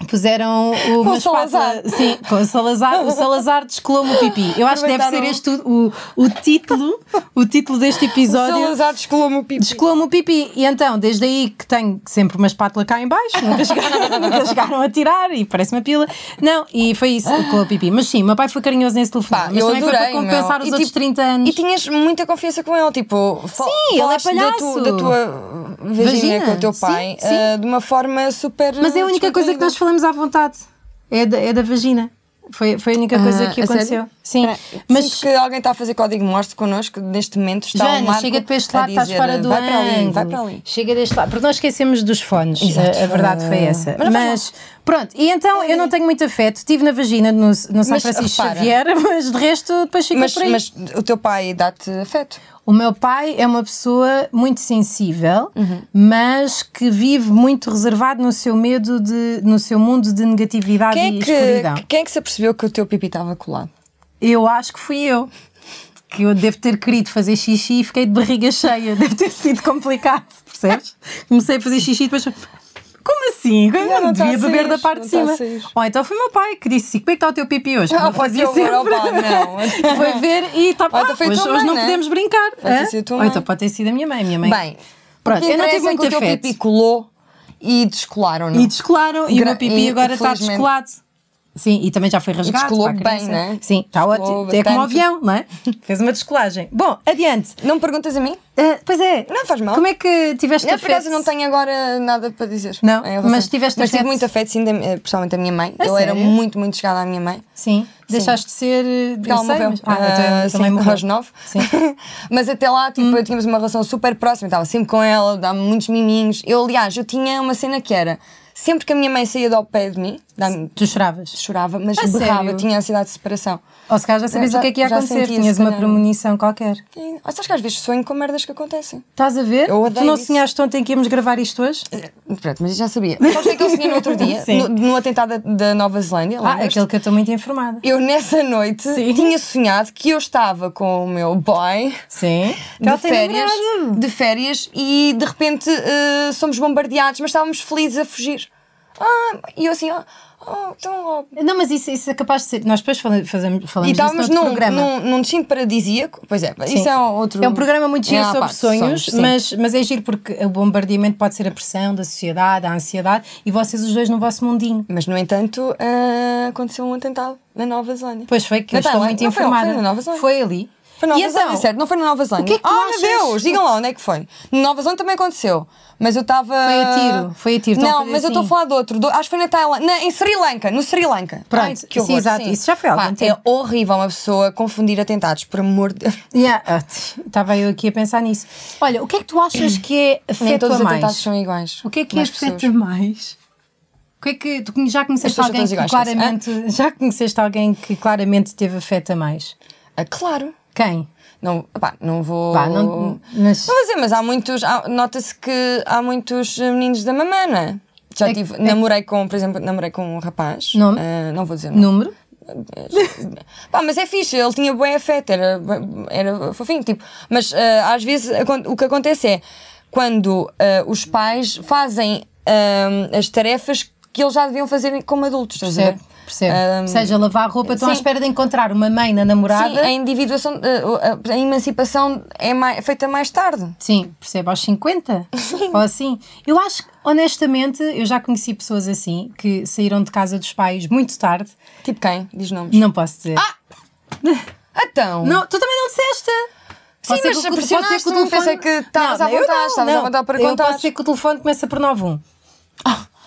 Speaker 2: Puseram o, uma
Speaker 1: o Salazar. É
Speaker 2: espátula. Sim, com o Salazar. O Salazar descolou-me o pipi. Eu acho que deve ser
Speaker 1: Aproveitaram.
Speaker 2: este o, o, o título, o título deste
Speaker 1: O
Speaker 2: episódio.
Speaker 1: Salazar descolou-me o pipi.
Speaker 2: Descolou-me o pipi. E então, desde aí que tenho sempre uma espátula cá em baixo, nunca chegaram, nunca chegaram a tirar e parece uma pila. Não, e foi isso com o pipi. Mas sim, meu pai foi carinhoso nesse telefone.
Speaker 1: Pá,
Speaker 2: Mas
Speaker 1: eu
Speaker 2: também
Speaker 1: adorei,
Speaker 2: foi para compensar
Speaker 1: meu.
Speaker 2: os
Speaker 1: E,
Speaker 2: outros
Speaker 1: tipo,
Speaker 2: 30 anos.
Speaker 1: E tinhas muita confiança com ele, tipo, fa-
Speaker 2: Sim, ele é
Speaker 1: falaste da tu-
Speaker 2: palhaço.
Speaker 1: Da tua vagina,
Speaker 2: Vagina,
Speaker 1: com o teu
Speaker 2: sim,
Speaker 1: pai,
Speaker 2: sim.
Speaker 1: ah, de uma forma super.
Speaker 2: Mas é a única coisa que nós falamos à vontade. É da, é da vagina. Foi, foi a única coisa que
Speaker 1: Ah, a sério?
Speaker 2: aconteceu. Sim.
Speaker 1: Mas
Speaker 2: Mas
Speaker 1: que alguém está a fazer código morse connosco neste momento. Está o
Speaker 2: Joana,
Speaker 1: um Marco
Speaker 2: chega-te para este
Speaker 1: a
Speaker 2: lado, estás
Speaker 1: dizer, eh,
Speaker 2: fora do
Speaker 1: vai
Speaker 2: ângulo.
Speaker 1: Para ali, vai para ali.
Speaker 2: Chega deste lado. Porque nós esquecemos dos fones. eh,
Speaker 1: Exato.
Speaker 2: a, a verdade foi essa. Mas,
Speaker 1: Mas vai
Speaker 2: pronto, e então eu não tenho muito afeto. Estive na vagina no, no São
Speaker 1: Eh, Mas,
Speaker 2: Francisco
Speaker 1: repara.
Speaker 2: Xavier, mas de resto depois ficou
Speaker 1: Mas,
Speaker 2: por aí.
Speaker 1: mas o teu pai dá-te afeto.
Speaker 2: O meu pai é uma pessoa muito sensível,
Speaker 1: Uhum.
Speaker 2: mas que vive muito reservado no seu medo de, no seu mundo de negatividade
Speaker 1: Quem
Speaker 2: e
Speaker 1: é,
Speaker 2: escuridão.
Speaker 1: que, quem é que se apercebeu que o teu pipi estava colado?
Speaker 2: Eu acho que fui eu. Que eu devo ter querido fazer xixi e fiquei de barriga cheia. Deve ter sido complicado, percebes? Comecei a fazer xixi e depois. Como assim? Eu
Speaker 1: Não,
Speaker 2: não,
Speaker 1: não tá
Speaker 2: devia
Speaker 1: a
Speaker 2: beber
Speaker 1: sair,
Speaker 2: da parte de
Speaker 1: não
Speaker 2: cima.
Speaker 1: tá a sair.
Speaker 2: Ou então foi o meu pai que disse: Como é que está o teu pipi hoje?
Speaker 1: Ah,
Speaker 2: Como
Speaker 1: pá, que horror, opá, não.
Speaker 2: Foi ver e tá,
Speaker 1: Ou então
Speaker 2: ah,
Speaker 1: foi a
Speaker 2: hoje,
Speaker 1: tua
Speaker 2: hoje
Speaker 1: mãe,
Speaker 2: não
Speaker 1: né?
Speaker 2: podemos brincar.
Speaker 1: Pode ter
Speaker 2: Hã?
Speaker 1: sido a tua
Speaker 2: Ou
Speaker 1: mãe.
Speaker 2: então pode ter sido a minha mãe. a Minha mãe.
Speaker 1: Bem,
Speaker 2: Pronto,
Speaker 1: o que
Speaker 2: eu não tive
Speaker 1: interessa é que
Speaker 2: muito
Speaker 1: o teu
Speaker 2: afeto.
Speaker 1: pipi colou e descolaram-no.
Speaker 2: E descolaram, e o
Speaker 1: Gra-
Speaker 2: meu pipi
Speaker 1: e,
Speaker 2: agora está
Speaker 1: infelizmente-
Speaker 2: descolado. Sim, e também já foi rasgado.
Speaker 1: descolou
Speaker 2: para a criança.
Speaker 1: bem, né?
Speaker 2: Sim, está
Speaker 1: Descolou
Speaker 2: ótimo. É como um
Speaker 1: bastante.
Speaker 2: avião, não é? Fez uma descolagem. Bom, adiante.
Speaker 1: Não me perguntas a mim?
Speaker 2: Ah, pois é.
Speaker 1: Não faz mal.
Speaker 2: Como é que tiveste
Speaker 1: Não, por
Speaker 2: afeto?
Speaker 1: acaso eu não tenho agora nada para dizer.
Speaker 2: Não,
Speaker 1: em relação-
Speaker 2: mas tiveste
Speaker 1: Mas tive
Speaker 2: afeto?
Speaker 1: muito afeto, sim, da- eh, principalmente da minha mãe.
Speaker 2: A
Speaker 1: eu era
Speaker 2: sério?
Speaker 1: muito, muito chegada à minha mãe.
Speaker 2: Sim, deixaste de ser. eh,
Speaker 1: Porque ela
Speaker 2: eu sei,
Speaker 1: morreu.
Speaker 2: mas- Ah, então eu
Speaker 1: Ah,
Speaker 2: também
Speaker 1: sim,
Speaker 2: morreu.
Speaker 1: aos nove.
Speaker 2: Sim. Hum.
Speaker 1: mas até lá, tipo, eu tínhamos uma relação super próxima. Estava sempre com ela, dava-me muitos miminhos. Eu, aliás, eu tinha uma cena que era... Sempre que a minha mãe saía do pé de mim, Dá-me-
Speaker 2: Tu choravas.
Speaker 1: Chorava, mas
Speaker 2: A
Speaker 1: berrava,
Speaker 2: sério?
Speaker 1: tinha ansiedade de separação.
Speaker 2: Ou se calhar já sabias
Speaker 1: Já-
Speaker 2: o que é que ia
Speaker 1: já
Speaker 2: acontecer,
Speaker 1: sentia, se
Speaker 2: tinhas uma
Speaker 1: calhar.
Speaker 2: premonição qualquer.
Speaker 1: E, ah, sabes que às vezes sonho com merdas que acontecem.
Speaker 2: Estás a ver?
Speaker 1: Eu
Speaker 2: tu
Speaker 1: odeio
Speaker 2: não
Speaker 1: isso.
Speaker 2: sonhaste ontem que íamos gravar isto hoje?
Speaker 1: Pronto, mas eu já sabia. Sabes o que é que eu sonhei no outro dia?
Speaker 2: Sim.
Speaker 1: No, no atentado da- da Nova Zelândia.
Speaker 2: Ah,
Speaker 1: lembras-te?
Speaker 2: aquele que eu estou muito informada.
Speaker 1: Eu nessa noite
Speaker 2: Sim.
Speaker 1: tinha sonhado que eu estava com o meu boy
Speaker 2: Sim.
Speaker 1: de
Speaker 2: um
Speaker 1: férias, de férias e de repente eh, somos bombardeados, mas estávamos felizes a fugir. Ah, e eu assim, ah, ah, então, ó.
Speaker 2: Não, mas isso, isso é capaz de ser. Nós depois fala- fazemos, falamos
Speaker 1: E
Speaker 2: disso
Speaker 1: estávamos
Speaker 2: noutro
Speaker 1: num,
Speaker 2: programa.
Speaker 1: num, num destino paradisíaco. Pois é,
Speaker 2: Sim.
Speaker 1: isso é outro.
Speaker 2: É um programa muito giro
Speaker 1: É à
Speaker 2: sobre
Speaker 1: parte,
Speaker 2: sonhos,
Speaker 1: sim.
Speaker 2: mas, mas é giro porque o bombardeamento pode ser a pressão da sociedade, a ansiedade, e vocês os dois no vosso mundinho.
Speaker 1: Mas, no entanto, eh, aconteceu um atentado na Nova Zelândia.
Speaker 2: Pois foi que eu
Speaker 1: Natal,
Speaker 2: estou
Speaker 1: é?
Speaker 2: muito
Speaker 1: Não foi-
Speaker 2: informada.
Speaker 1: foi na Nova Zelândia.
Speaker 2: Foi ali.
Speaker 1: Foi na Nova
Speaker 2: e
Speaker 1: Zelândia,
Speaker 2: então,
Speaker 1: certo? Não foi na Nova Zelândia.
Speaker 2: O que é que tu
Speaker 1: oh,
Speaker 2: achas?
Speaker 1: meu Deus, digam lá onde é que foi. Na Nova Zelândia também aconteceu, mas eu estava.
Speaker 2: Foi a tiro, foi a tiro, estão a
Speaker 1: Não,
Speaker 2: fazer
Speaker 1: mas eu estou a
Speaker 2: assim.
Speaker 1: falar de outro. do- acho que foi na Tailândia. na- Em Sri Lanka, no Sri Lanka.
Speaker 2: Pronto,
Speaker 1: Ai,
Speaker 2: sim, exato, isso já foi há
Speaker 1: Pá,
Speaker 2: algum
Speaker 1: É
Speaker 2: tempo.
Speaker 1: horrível uma pessoa confundir atentados, por amor de Deus.
Speaker 2: yeah, ah, tch, estava eu aqui a pensar nisso. Olha, o que é que tu achas que é
Speaker 1: Nem
Speaker 2: afeto
Speaker 1: todos
Speaker 2: a
Speaker 1: os atentados
Speaker 2: mais?
Speaker 1: são iguais.
Speaker 2: O que é que é
Speaker 1: Mais
Speaker 2: afeto a
Speaker 1: pessoas.
Speaker 2: mais? O que é que tu já
Speaker 1: As
Speaker 2: conheceste
Speaker 1: pessoas são
Speaker 2: alguém
Speaker 1: todas
Speaker 2: que
Speaker 1: iguais,
Speaker 2: claramente já conheceste alguém que claramente teve afeto a mais?
Speaker 1: Ah, claro.
Speaker 2: Quem?
Speaker 1: Não, pá, não vou.
Speaker 2: Pá, não,
Speaker 1: não...
Speaker 2: mas
Speaker 1: vou dizer, mas há muitos. há- Nota-se que há muitos eh, meninos da mamana. Já
Speaker 2: É-
Speaker 1: tive.
Speaker 2: é-
Speaker 1: namorei com, por exemplo, namorei com um rapaz.
Speaker 2: Nome?
Speaker 1: Ah, não vou dizer o nome.
Speaker 2: número?
Speaker 1: Pá, mas é fixe, ele tinha bom afeto, era, bué- era fofinho, tipo. Mas ah, às vezes acon- o que acontece é quando ah, os pais fazem ah, as tarefas que eles já deviam fazer como adultos, estás a ver?
Speaker 2: Percebo, percebo.
Speaker 1: Ah,
Speaker 2: Ou seja, lavar roupa, estão à
Speaker 1: sim.
Speaker 2: espera de encontrar uma mãe na namorada.
Speaker 1: Sim, é- a individuação, ah, a a emancipação é mai- feita mais tarde.
Speaker 2: Sim, percebo, aos 50 ou assim. Eu acho que, honestamente, eu já conheci pessoas assim que saíram de casa dos pais muito tarde.
Speaker 1: Tipo quem? Diz nomes.
Speaker 2: Não posso dizer. Ah,
Speaker 1: Então.
Speaker 2: não, tu também não disseste!
Speaker 1: Sim,
Speaker 2: Pode ser
Speaker 1: mas
Speaker 2: que o- pode ser
Speaker 1: pressionaste-me,
Speaker 2: que o telefone-
Speaker 1: pensei que estavas
Speaker 2: Não,
Speaker 1: à
Speaker 2: não, eu
Speaker 1: vontade,
Speaker 2: não,
Speaker 1: estavas à
Speaker 2: não.
Speaker 1: vontade para
Speaker 2: Eu
Speaker 1: contar.
Speaker 2: Pode ser que o telefone começa por 91.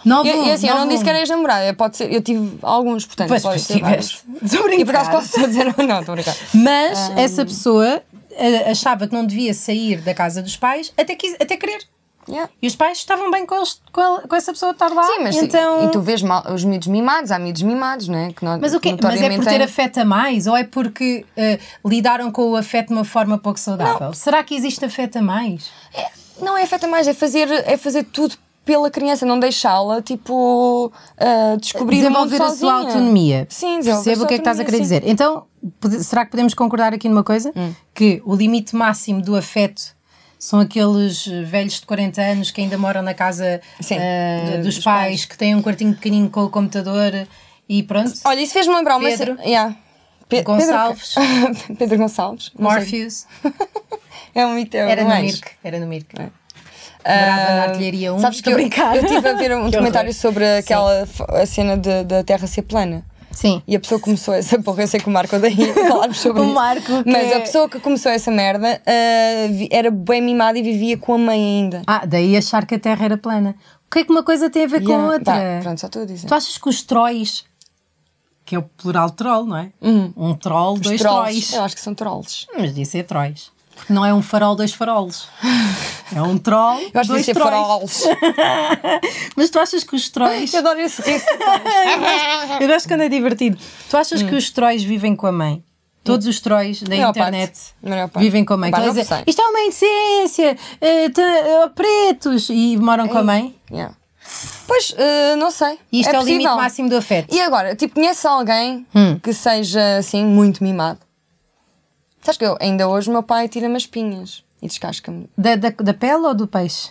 Speaker 2: 91.
Speaker 1: Eu, eu, assim, eu não disse que
Speaker 2: 91.
Speaker 1: era ex-namorada, pode ser, eu tive alguns, portanto,
Speaker 2: Pois,
Speaker 1: pode
Speaker 2: pois
Speaker 1: ser vários.
Speaker 2: tiveste. Estou a
Speaker 1: E por acaso
Speaker 2: brincar.
Speaker 1: posso só dizer ou não, estou a brincar.
Speaker 2: Mas essa pessoa eh, achava que não devia sair da casa dos pais até, quis, até querer.
Speaker 1: Yeah.
Speaker 2: E os pais estavam bem com, eles, com, ela- com essa pessoa estar lá.
Speaker 1: Sim, mas
Speaker 2: então...
Speaker 1: e tu vês mal, os miúdos mimados, há miúdos mimados, não é? Que no-
Speaker 2: Mas, o quê? mas é por
Speaker 1: notoriamente
Speaker 2: ter
Speaker 1: têm-
Speaker 2: afeto a mais ou é porque eh, lidaram com o afeto de uma forma pouco saudável? Será que existe afeto a mais?
Speaker 1: É, não é afeta mais, é fazer, é fazer tudo pela criança, não deixá-la, tipo, ah, descobrir
Speaker 2: desenvolver
Speaker 1: o mundo
Speaker 2: a sua
Speaker 1: sozinha.
Speaker 2: autonomia.
Speaker 1: Sim, desenvolver a
Speaker 2: Percebo
Speaker 1: sua
Speaker 2: o que é que estás a querer
Speaker 1: autonomia, sim.
Speaker 2: dizer.
Speaker 1: Hum.
Speaker 2: Então, pode- será que podemos concordar aqui numa coisa? Que o limite máximo do afeto são aqueles eh, velhos de 40 anos que ainda moram na casa
Speaker 1: Sim,
Speaker 2: eh,
Speaker 1: do-
Speaker 2: dos,
Speaker 1: dos
Speaker 2: pais,
Speaker 1: pais.
Speaker 2: que têm um quartinho pequenino com o computador e pronto.
Speaker 1: Olha, isso fez-me lembrar uma...
Speaker 2: Pedro.
Speaker 1: ce- Yeah. Pe- Pedro-
Speaker 2: Gonçalves.
Speaker 1: Pedro Gonçalves. não sei.
Speaker 2: Morpheus.
Speaker 1: É um mito, é um
Speaker 2: Era no
Speaker 1: mais.
Speaker 2: Mirk. Era no Mirk.
Speaker 1: É. Ah,
Speaker 2: Morava na Artilharia 1.
Speaker 1: Sabes que
Speaker 2: Estou a
Speaker 1: eu,
Speaker 2: um, brincar.
Speaker 1: eu tive a ver um
Speaker 2: Que
Speaker 1: documentário
Speaker 2: horror.
Speaker 1: sobre aquela f- a cena de- da Terra ser plana.
Speaker 2: Sim.
Speaker 1: E a pessoa que começou essa porra, eu sei que o Marco daí falarmos sobre
Speaker 2: O
Speaker 1: isso.
Speaker 2: Marco que-
Speaker 1: Mas a pessoa que começou essa merda ah, vi- era bem mimada e vivia com a mãe ainda.
Speaker 2: Ah, daí achar que a Terra era plana. O que é que uma coisa tem a ver com a
Speaker 1: Yeah,
Speaker 2: outra?
Speaker 1: tá, pronto, só estou a dizer.
Speaker 2: Tu achas que os tróis, que é o plural de troll, não é? Um troll,
Speaker 1: Uhum. Os
Speaker 2: dois
Speaker 1: trolls.
Speaker 2: tróis.
Speaker 1: Eu acho que são trolls.
Speaker 2: Mas devia ser tróis. Porque não é um farol, dois faroles. É um troll,
Speaker 1: Eu acho que é
Speaker 2: dois
Speaker 1: devia ser
Speaker 2: tróis.
Speaker 1: trolls.
Speaker 2: Mas tu achas que os tróis.
Speaker 1: Eu adoro esse riso.
Speaker 2: Eu gosto quando é divertido. Tu achas que os tróis vivem com a mãe? Todos os tróis da
Speaker 1: Hum. Maior
Speaker 2: internet
Speaker 1: parte. Maior parte.
Speaker 2: vivem com a mãe.
Speaker 1: Pá,
Speaker 2: Tu vais
Speaker 1: não
Speaker 2: dizer,
Speaker 1: sei.
Speaker 2: Isto é uma indecência, eh, tá- eh, pretos, e moram
Speaker 1: É
Speaker 2: com a mãe.
Speaker 1: Yeah. Pois, ah, não sei.
Speaker 2: E isto é, o limite
Speaker 1: possível.
Speaker 2: máximo Hum. do afeto.
Speaker 1: E agora, tipo, conheces alguém que seja assim muito mimado? Sabes que eu, ainda hoje o meu pai tira-me as espinhas e descasca-me.
Speaker 2: Da, da, da pele ou do peixe?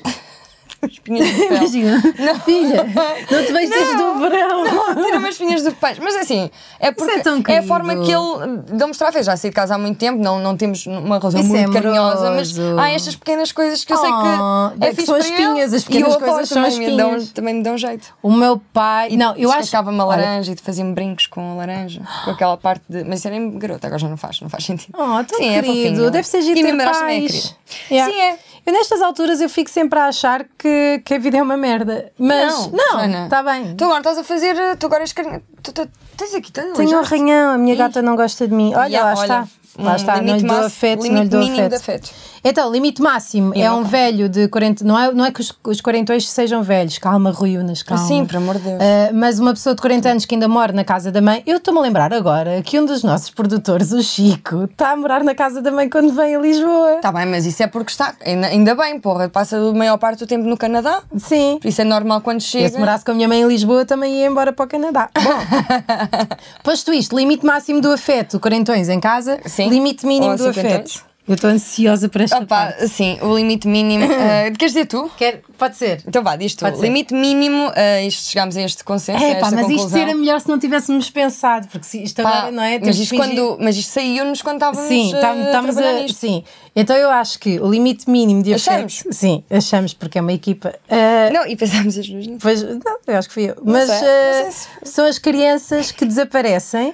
Speaker 1: As espinhas do pele.
Speaker 2: Imagina, filha, não te vejo desde o verão.
Speaker 1: Tira-me as espinhas do peixe. Mas assim, é
Speaker 2: é
Speaker 1: porque
Speaker 2: tão
Speaker 1: a forma
Speaker 2: querido.
Speaker 1: que ele eh, deu mostrar. Fez já saí de casa há muito tempo, não, não temos uma razão
Speaker 2: Isso
Speaker 1: muito
Speaker 2: é
Speaker 1: carinhosa, mas
Speaker 2: amoroso.
Speaker 1: há estas pequenas coisas que eu sei
Speaker 2: Oh,
Speaker 1: que
Speaker 2: é
Speaker 1: é
Speaker 2: que
Speaker 1: fixe
Speaker 2: são as
Speaker 1: para
Speaker 2: espinhas,
Speaker 1: ele.
Speaker 2: as pequenas
Speaker 1: e eu adoro
Speaker 2: coisas são as
Speaker 1: também, me dão, um
Speaker 2: espinhas.
Speaker 1: também me dão jeito.
Speaker 2: O meu pai. não, eu acho.
Speaker 1: Descascava uma
Speaker 2: Olha,
Speaker 1: laranja e fazia-me brincos com a laranja, com aquela parte de. Mas isso era em garota, agora já não faz, não faz sentido.
Speaker 2: Oh, tão
Speaker 1: Sim, é
Speaker 2: querido.
Speaker 1: fofinho.
Speaker 2: Deve ser giro
Speaker 1: E a minha
Speaker 2: ter
Speaker 1: madrasta também é
Speaker 2: pais.
Speaker 1: querida. Sim, é.
Speaker 2: Eu nestas alturas eu fico sempre a achar que, que a vida é uma merda. Mas não,
Speaker 1: Joana.
Speaker 2: está bem.
Speaker 1: Tu agora estás a fazer. eh, Tu agora és carinha. Tu, tu- tens aqui, tens
Speaker 2: Tenho um
Speaker 1: aleijaste.
Speaker 2: arranhão, a minha gata não gosta de mim. Olha,
Speaker 1: Yeah,
Speaker 2: lá está.
Speaker 1: olha,
Speaker 2: lá
Speaker 1: um
Speaker 2: está, não lhe
Speaker 1: limite
Speaker 2: dou
Speaker 1: máximo-
Speaker 2: afeto, não
Speaker 1: limite
Speaker 2: lhe dou
Speaker 1: mínimo
Speaker 2: afeto.
Speaker 1: de afeto.
Speaker 2: Então, limite máximo
Speaker 1: Eu
Speaker 2: é
Speaker 1: não
Speaker 2: um
Speaker 1: posso.
Speaker 2: velho de 40. Não é, não é que os, os quarentões sejam velhos, calma, Rui Unas, calma.
Speaker 1: Sim, por amor de Deus.
Speaker 2: Ah, mas uma pessoa de 40 anos que ainda mora na casa da mãe, eu estou-me a lembrar agora que um dos nossos produtores, o Chico, está a morar na casa da mãe quando vem a Lisboa.
Speaker 1: Tá bem, mas isso é porque está. Ainda, ainda bem, porra. Passa a maior parte do tempo no Canadá.
Speaker 2: Sim.
Speaker 1: Por isso é normal quando
Speaker 2: Eu,
Speaker 1: chega.
Speaker 2: se morasse com a minha mãe em Lisboa, também ia embora para o Canadá. Bom, posto isto, limite máximo do afeto, quarentões em casa,
Speaker 1: Sim.
Speaker 2: limite mínimo
Speaker 1: Ou
Speaker 2: do
Speaker 1: cinquentões.
Speaker 2: afeto. Eu estou ansiosa para esta parte.
Speaker 1: Opa, Ah, sim, o limite mínimo. eh, queres dizer tu?
Speaker 2: Quer, pode ser.
Speaker 1: Então vá, diz tu.
Speaker 2: Pode ser.
Speaker 1: Limite mínimo, eh, isto, chegámos a este consenso. a
Speaker 2: É,
Speaker 1: esta
Speaker 2: pá, mas isto
Speaker 1: conclusão.
Speaker 2: era melhor se não tivéssemos pensado, porque se isto
Speaker 1: Pá,
Speaker 2: agora, não é? Temos
Speaker 1: mas,
Speaker 2: que
Speaker 1: isto
Speaker 2: fingir-
Speaker 1: quando, mas isto saiu-nos quando estávamos
Speaker 2: Sim,
Speaker 1: eh,
Speaker 2: tam-
Speaker 1: a
Speaker 2: estamos
Speaker 1: trabalhar
Speaker 2: a.
Speaker 1: nisto.
Speaker 2: Sim. Então eu acho que o limite mínimo de afeto.
Speaker 1: Achamos.
Speaker 2: Sim, achamos, porque é uma equipa. Ah,
Speaker 1: Não, e pensámos as duas nisso.
Speaker 2: Pois, não, eu acho que fui eu. Mas
Speaker 1: sei,
Speaker 2: eh,
Speaker 1: não sei se-
Speaker 2: são as crianças que desaparecem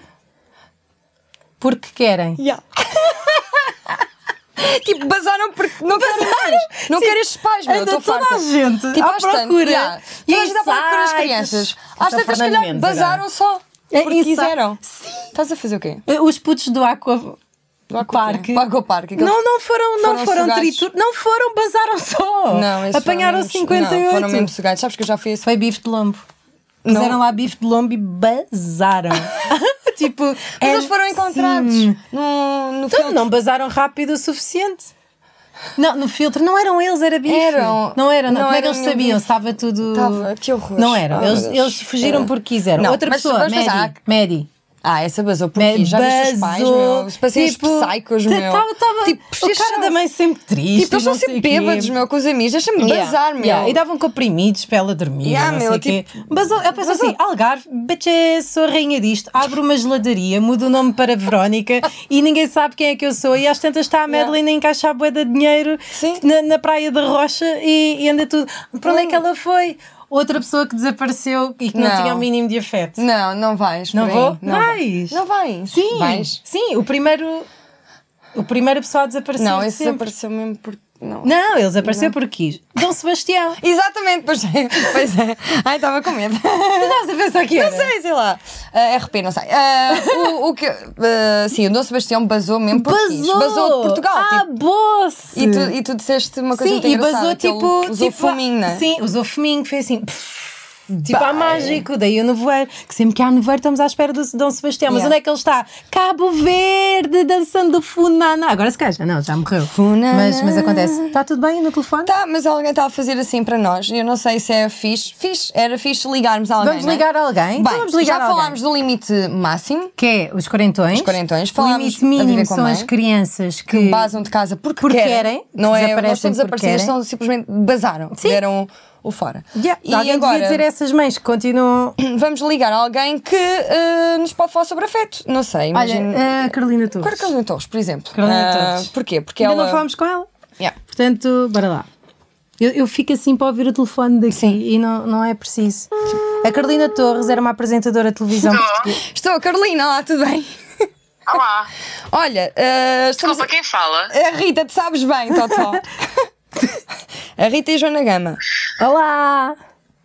Speaker 2: porque querem.
Speaker 1: tipo, basaram porque não querem mais. Não querem estes pais, meu. eu
Speaker 2: Anda
Speaker 1: Estou
Speaker 2: toda
Speaker 1: farta.
Speaker 2: a gente
Speaker 1: tipo,
Speaker 2: à
Speaker 1: às tantas,
Speaker 2: procura.
Speaker 1: yeah.
Speaker 2: E
Speaker 1: Toda a gente à procura das
Speaker 2: insights.
Speaker 1: crianças.
Speaker 2: São
Speaker 1: Às tantas, se
Speaker 2: Fernando
Speaker 1: calhar,
Speaker 2: Mendes
Speaker 1: basaram
Speaker 2: agora.
Speaker 1: só.
Speaker 2: É
Speaker 1: Porque
Speaker 2: insight.
Speaker 1: quiseram.
Speaker 2: Sim.
Speaker 1: Estás a fazer o quê?
Speaker 2: Eh, Os putos do Aqua.
Speaker 1: Do Aqua
Speaker 2: Parque.
Speaker 1: quê? Do Aqua Parque, aqueles-
Speaker 2: Não, não foram, não
Speaker 1: foram
Speaker 2: foram
Speaker 1: sugados.
Speaker 2: tritur, não foram, basaram só.
Speaker 1: Não, esses
Speaker 2: Apanharam
Speaker 1: foram mesmo-
Speaker 2: 58.
Speaker 1: Não, foram mesmo sugados. Sabes que eu já fui a esse
Speaker 2: Foi bife de lombo.
Speaker 1: Não.
Speaker 2: Puseram lá bife de lombo e bazaram. tipo,
Speaker 1: Mas eles foram encontrados
Speaker 2: Sim.
Speaker 1: no, no
Speaker 2: Então,
Speaker 1: filtro.
Speaker 2: não basaram rápido o suficiente. Não, no filtro não eram eles, era bife.
Speaker 1: Eram.
Speaker 2: Não eram, não.
Speaker 1: Não
Speaker 2: Como é que
Speaker 1: era
Speaker 2: eles
Speaker 1: nenhum
Speaker 2: sabiam?
Speaker 1: bife.
Speaker 2: Estava tudo.
Speaker 1: Tava, que horror.
Speaker 2: Não eram.
Speaker 1: Ah,
Speaker 2: Eles,
Speaker 1: meu Deus.
Speaker 2: eles fugiram
Speaker 1: Era.
Speaker 2: porque quiseram.
Speaker 1: Não,
Speaker 2: Outra
Speaker 1: mas
Speaker 2: pessoa,
Speaker 1: vamos
Speaker 2: Medi.
Speaker 1: pensar.
Speaker 2: Medi.
Speaker 1: Ah, essa basou por
Speaker 2: Medi
Speaker 1: ti. Já viste os pais, meu? Se passei
Speaker 2: é Tipo,
Speaker 1: psaicos, meu.
Speaker 2: Tava, tava, o
Speaker 1: eles
Speaker 2: cara
Speaker 1: são-
Speaker 2: da mãe sempre triste.
Speaker 1: Tipo, eles
Speaker 2: não
Speaker 1: são
Speaker 2: sei
Speaker 1: sempre
Speaker 2: o quê.
Speaker 1: bêbados, meu, com os amigos. Deixa-me
Speaker 2: Yeah,
Speaker 1: bazar, meu.
Speaker 2: yeah, E davam comprimidos para ela dormir.
Speaker 1: Yeah,
Speaker 2: não
Speaker 1: meu,
Speaker 2: sei o quê.
Speaker 1: tipo,
Speaker 2: Basou, eu penso assim: Algarve, bitches, sou a rainha disto, abro uma geladaria, mudo o nome para Verónica e ninguém sabe quem é que eu sou. E às tantas está a Madeleine a encaixar a boeda de dinheiro
Speaker 1: Sim.
Speaker 2: na, na Praia da Rocha e, e anda tudo. Para onde é que ela foi? Outra pessoa que desapareceu e que não,
Speaker 1: Hum. Não. Hum,
Speaker 2: tinha o mínimo de afeto.
Speaker 1: Não, não vais.
Speaker 2: Não
Speaker 1: por aí.
Speaker 2: vou?
Speaker 1: Não
Speaker 2: Vais.
Speaker 1: Não vais.
Speaker 2: Sim,
Speaker 1: Vais.
Speaker 2: sim, o primeiro. O primeiro pessoal a desaparecer.
Speaker 1: Não,
Speaker 2: de
Speaker 1: esse
Speaker 2: sempre.
Speaker 1: desapareceu mesmo porque. Não.
Speaker 2: Não, ele desapareceu porque quis. Dom Sebastião.
Speaker 1: Exatamente, pois é. Pois é. Ai, estava com medo.
Speaker 2: Tu estás a pensar que era?
Speaker 1: Não sei, sei lá. Ah, RP, não sei. Ah, o, o que. ah, sim, o Dom Sebastião basou mesmo porque quis.
Speaker 2: Basou!
Speaker 1: Basou de Portugal.
Speaker 2: Ah,
Speaker 1: tipo.
Speaker 2: boa-se!
Speaker 1: E tu, e tu disseste uma coisa
Speaker 2: Sim,
Speaker 1: muito
Speaker 2: e
Speaker 1: engraçada.
Speaker 2: basou
Speaker 1: que ele
Speaker 2: tipo.
Speaker 1: Usou
Speaker 2: tipo,
Speaker 1: fuminho, né?
Speaker 2: Sim, usou fuminho, que foi assim. pff, Tipo, há
Speaker 1: Bem.
Speaker 2: mágico, daí o nevoeiro. Que sempre que há nevoeiro estamos à espera do Dom Sebastião. Mas
Speaker 1: Yeah.
Speaker 2: onde é que ele está? Cabo Verde, dançando Funaná. Agora se calhar, não, já morreu.
Speaker 1: Funaná.
Speaker 2: Mas, mas acontece. Está tudo bem no telefone?
Speaker 1: Tá, mas alguém está a fazer assim para nós. Eu não sei se é fixe. Fixe, era fixe ligarmos a alguém.
Speaker 2: Vamos
Speaker 1: não é?
Speaker 2: ligar a alguém?
Speaker 1: Bem,
Speaker 2: Então vamos ligar
Speaker 1: já
Speaker 2: a alguém.
Speaker 1: falámos do limite máximo.
Speaker 2: Que é os quarentões.
Speaker 1: Os quarentões.
Speaker 2: O
Speaker 1: Falámos
Speaker 2: limite
Speaker 1: a viver
Speaker 2: mínimo
Speaker 1: com a
Speaker 2: são
Speaker 1: mãe.
Speaker 2: as crianças que.
Speaker 1: que basam de casa porque,
Speaker 2: Porque
Speaker 1: querem,
Speaker 2: querem,
Speaker 1: não é? Não
Speaker 2: desaparecem
Speaker 1: estão
Speaker 2: porque
Speaker 1: desaparecidas,
Speaker 2: querem.
Speaker 1: são simplesmente basaram, deram o fora.
Speaker 2: Yeah,
Speaker 1: E
Speaker 2: alguém
Speaker 1: agora
Speaker 2: devia dizer é- a essas mães que continuam.
Speaker 1: vamos ligar a alguém que eh, nos pode falar sobre afeto. Não sei, imagina. Olha,
Speaker 2: Olha, a Carolina Torres.
Speaker 1: Agora Carolina Torres, por exemplo.
Speaker 2: Carolina
Speaker 1: Ah,
Speaker 2: Torres.
Speaker 1: Porquê? Porque
Speaker 2: Ainda
Speaker 1: ela.
Speaker 2: não falámos com ela.
Speaker 1: Yeah.
Speaker 2: Portanto, bora lá. Eu, eu fico assim para ouvir o telefone daqui e não, não é preciso. A Carolina Torres era uma apresentadora de televisão portuguesa.
Speaker 1: Estou, Carolina, olá, tudo bem?
Speaker 3: Olá,
Speaker 1: Olha, eh, estamos.
Speaker 3: desculpa, quem fala?
Speaker 1: A Rita, te sabes bem, Totó. a Rita e a Joana Gama.
Speaker 2: Olá!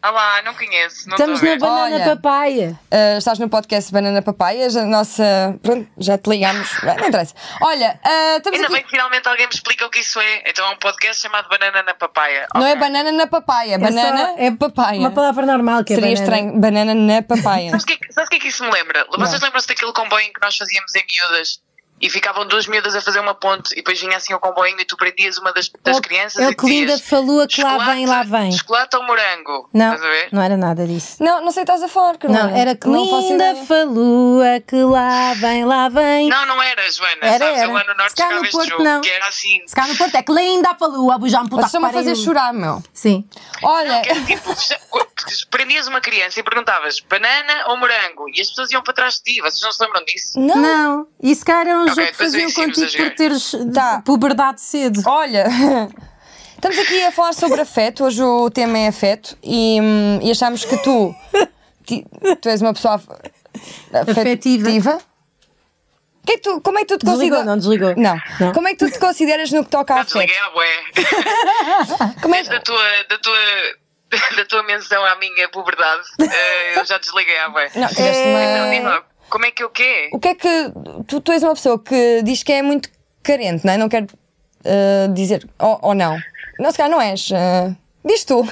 Speaker 3: Olá, não conheço, não
Speaker 2: Estamos
Speaker 3: estou a
Speaker 2: na
Speaker 3: ver.
Speaker 2: banana
Speaker 1: Olha.
Speaker 2: papaya.
Speaker 1: Uh, estás no podcast Banana Papaias, a nossa. Pronto, já te ligamos. Bem, Não interessa. Olha, uh, estamos
Speaker 3: Ainda
Speaker 1: aqui.
Speaker 3: bem que finalmente alguém me explica o que isso é. Então é um podcast chamado Banana na Papaya.
Speaker 1: Não é
Speaker 3: Ok.
Speaker 1: banana na papaya,
Speaker 2: É só-
Speaker 1: banana é papaya.
Speaker 2: Uma palavra normal que é
Speaker 1: Seria
Speaker 2: banana.
Speaker 1: estranho, banana na papaya.
Speaker 3: Sabes o que, é que- sabes o que é que isso me lembra? Vocês lembram-se daquele comboio em que nós fazíamos em miúdas? E ficavam duas miúdas a fazer uma ponte e depois vinha assim o comboio e tu prendias uma das, das
Speaker 2: É o-
Speaker 3: crianças
Speaker 2: é o
Speaker 3: e
Speaker 2: que linda
Speaker 3: dizias,
Speaker 2: falua que lá vem, lá
Speaker 3: "Chocolate-
Speaker 2: vem."
Speaker 3: Chocolate ou morango?
Speaker 2: Não,
Speaker 3: Estás a ver?
Speaker 2: não era nada disso.
Speaker 1: não, não sei o que estás a falar, Carolina.
Speaker 2: Não, era que
Speaker 1: Não faço
Speaker 2: linda
Speaker 1: ideia.
Speaker 2: falua que lá vem, lá vem.
Speaker 3: Não, não era, Joana.
Speaker 2: Era,
Speaker 3: sabes,
Speaker 2: era.
Speaker 3: eu lá no Norte
Speaker 2: Se cá no
Speaker 3: jogava este
Speaker 2: Porto,
Speaker 3: jogo,
Speaker 2: não.
Speaker 3: que era assim.
Speaker 2: Se calhar no Porto é que linda a falua, bujão, puta
Speaker 1: Vocês estão-me a fazer chorar, meu.
Speaker 2: Sim.
Speaker 1: Olha,
Speaker 3: Que era tipo, já- prendias uma criança e perguntavas banana ou morango e as pessoas iam para trás de ti, vocês não se lembram disso?
Speaker 1: não.
Speaker 2: Não, isso cara era um
Speaker 3: Ok,
Speaker 2: jogo que
Speaker 3: depois eu
Speaker 2: faziam
Speaker 3: ensino-vos
Speaker 2: contigo
Speaker 3: a
Speaker 2: por
Speaker 3: jogar.
Speaker 2: teres
Speaker 1: Tá.
Speaker 2: puberdade cedo.
Speaker 1: Olha, estamos aqui a falar sobre afeto. Hoje o tema é afeto e, hum, e achamos que tu, ti- tu és uma pessoa af-
Speaker 2: Afetiva.
Speaker 1: afetiva. Que é que tu- como é que tu te
Speaker 2: Desligou,
Speaker 1: consideras?
Speaker 2: não desligou?
Speaker 1: Não.
Speaker 2: Não?
Speaker 1: Como é que tu te consideras no que toca a
Speaker 3: Não
Speaker 1: afeto?
Speaker 3: Ah, desliguei a bué.
Speaker 1: Como é
Speaker 3: Desde a tua, da tua, da tua menção à minha puberdade, eh, eu já desliguei a bué.
Speaker 1: Não, tiveste
Speaker 3: Então,
Speaker 1: uma...
Speaker 3: diz lá, como é que eu quê?
Speaker 1: O que é que. Tu, tu és uma pessoa que diz que é muito carente, não é? Não quer eh, dizer. Ou ou não. Não, se calhar não és. eh, diz tu.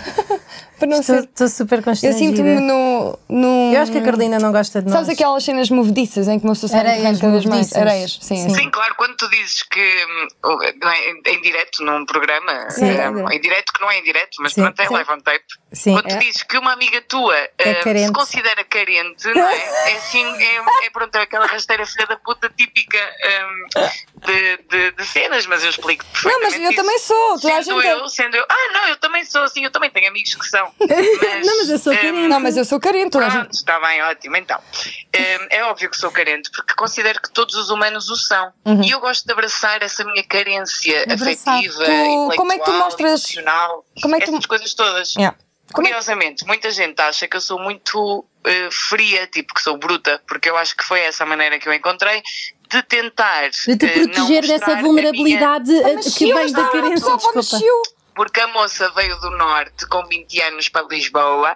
Speaker 1: Para não ser.
Speaker 2: Estou super
Speaker 1: Eu
Speaker 2: constrangida.
Speaker 1: sinto-me no, no.
Speaker 2: Eu acho que a Carolina não gosta de nós.
Speaker 1: Sabes aquelas cenas movediças em que uma pessoa se
Speaker 2: Areias
Speaker 1: arranca das mãos?
Speaker 2: movediças.
Speaker 1: Areias, sim.
Speaker 2: Sim.
Speaker 1: sim.
Speaker 3: Sim, claro, quando tu dizes que hum, não é, em, em direto num programa,
Speaker 1: Sim.
Speaker 3: hum, em direto que não é em direto, mas
Speaker 2: Sim.
Speaker 3: pronto, é
Speaker 2: Sim.
Speaker 3: live on tape.
Speaker 2: Sim.
Speaker 3: quando tu
Speaker 2: É.
Speaker 3: dizes que uma amiga tua
Speaker 1: É
Speaker 3: hum,
Speaker 2: carente.
Speaker 3: se considera carente, não é? É assim, é, é pronto, é aquela rasteira filha da puta típica hum, de, de- de cenas, mas eu explico
Speaker 1: Não, mas
Speaker 3: perfeitamente
Speaker 1: eu
Speaker 3: isso.
Speaker 1: também sou. Toda a
Speaker 3: Sendo
Speaker 1: gente. é-
Speaker 3: eu, sendo eu. Ah, não, eu também sou assim, eu também tenho amigos que são.
Speaker 2: Não, mas eu sou
Speaker 3: hum,
Speaker 2: carente.
Speaker 1: Não, mas eu sou carente. Toda a gente.
Speaker 3: Pronto, Ah, está bem, ótimo. Então, hum, é óbvio que sou carente, porque considero que todos os humanos o são.
Speaker 1: Uhum.
Speaker 3: E eu gosto de abraçar essa minha carência
Speaker 2: Abraçar.
Speaker 3: afetiva,
Speaker 1: Tu-
Speaker 3: intelectual,
Speaker 1: como é que tu mostras-
Speaker 3: emocional,
Speaker 1: como é que tu-
Speaker 3: essas coisas todas.
Speaker 1: Yeah. Como é-
Speaker 3: Curiosamente, muita gente acha que eu sou muito eh, fria, tipo que sou bruta, porque eu acho que foi essa a maneira que eu encontrei de tentar
Speaker 2: De te
Speaker 3: eh, não
Speaker 2: proteger
Speaker 3: mostrar a
Speaker 2: dessa
Speaker 3: minha-
Speaker 2: vulnerabilidade eh, que
Speaker 1: Mexeu,
Speaker 2: vem da
Speaker 1: não,
Speaker 2: carência.
Speaker 1: só vou
Speaker 2: Desculpa.
Speaker 1: mexeu.
Speaker 3: porque a moça veio do norte com 20 anos para Lisboa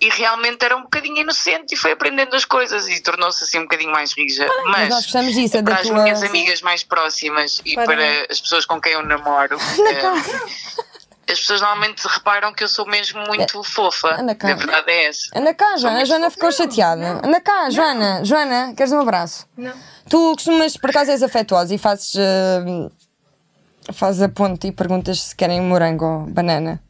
Speaker 3: e realmente era um bocadinho inocente e foi aprendendo as coisas e tornou-se assim um bocadinho mais rija.
Speaker 1: Mas nós
Speaker 3: Mas
Speaker 1: gostamos disso, é da
Speaker 3: para as
Speaker 1: tua.
Speaker 3: minhas amigas mais próximas e
Speaker 1: Para-
Speaker 3: para, as pessoas com quem eu namoro, eh, as pessoas normalmente reparam que eu sou mesmo
Speaker 1: É.
Speaker 3: muito fofa.
Speaker 1: Anda cá.
Speaker 3: A verdade é essa.
Speaker 1: Anda cá, Joana. A
Speaker 3: muito
Speaker 1: Joana ficou chateada. Anda cá, Joana. Joana, queres um abraço? Não. Tu costumas, por acaso, és afetuosa e fazes. eh, fazes a ponte e perguntas se querem morango ou banana.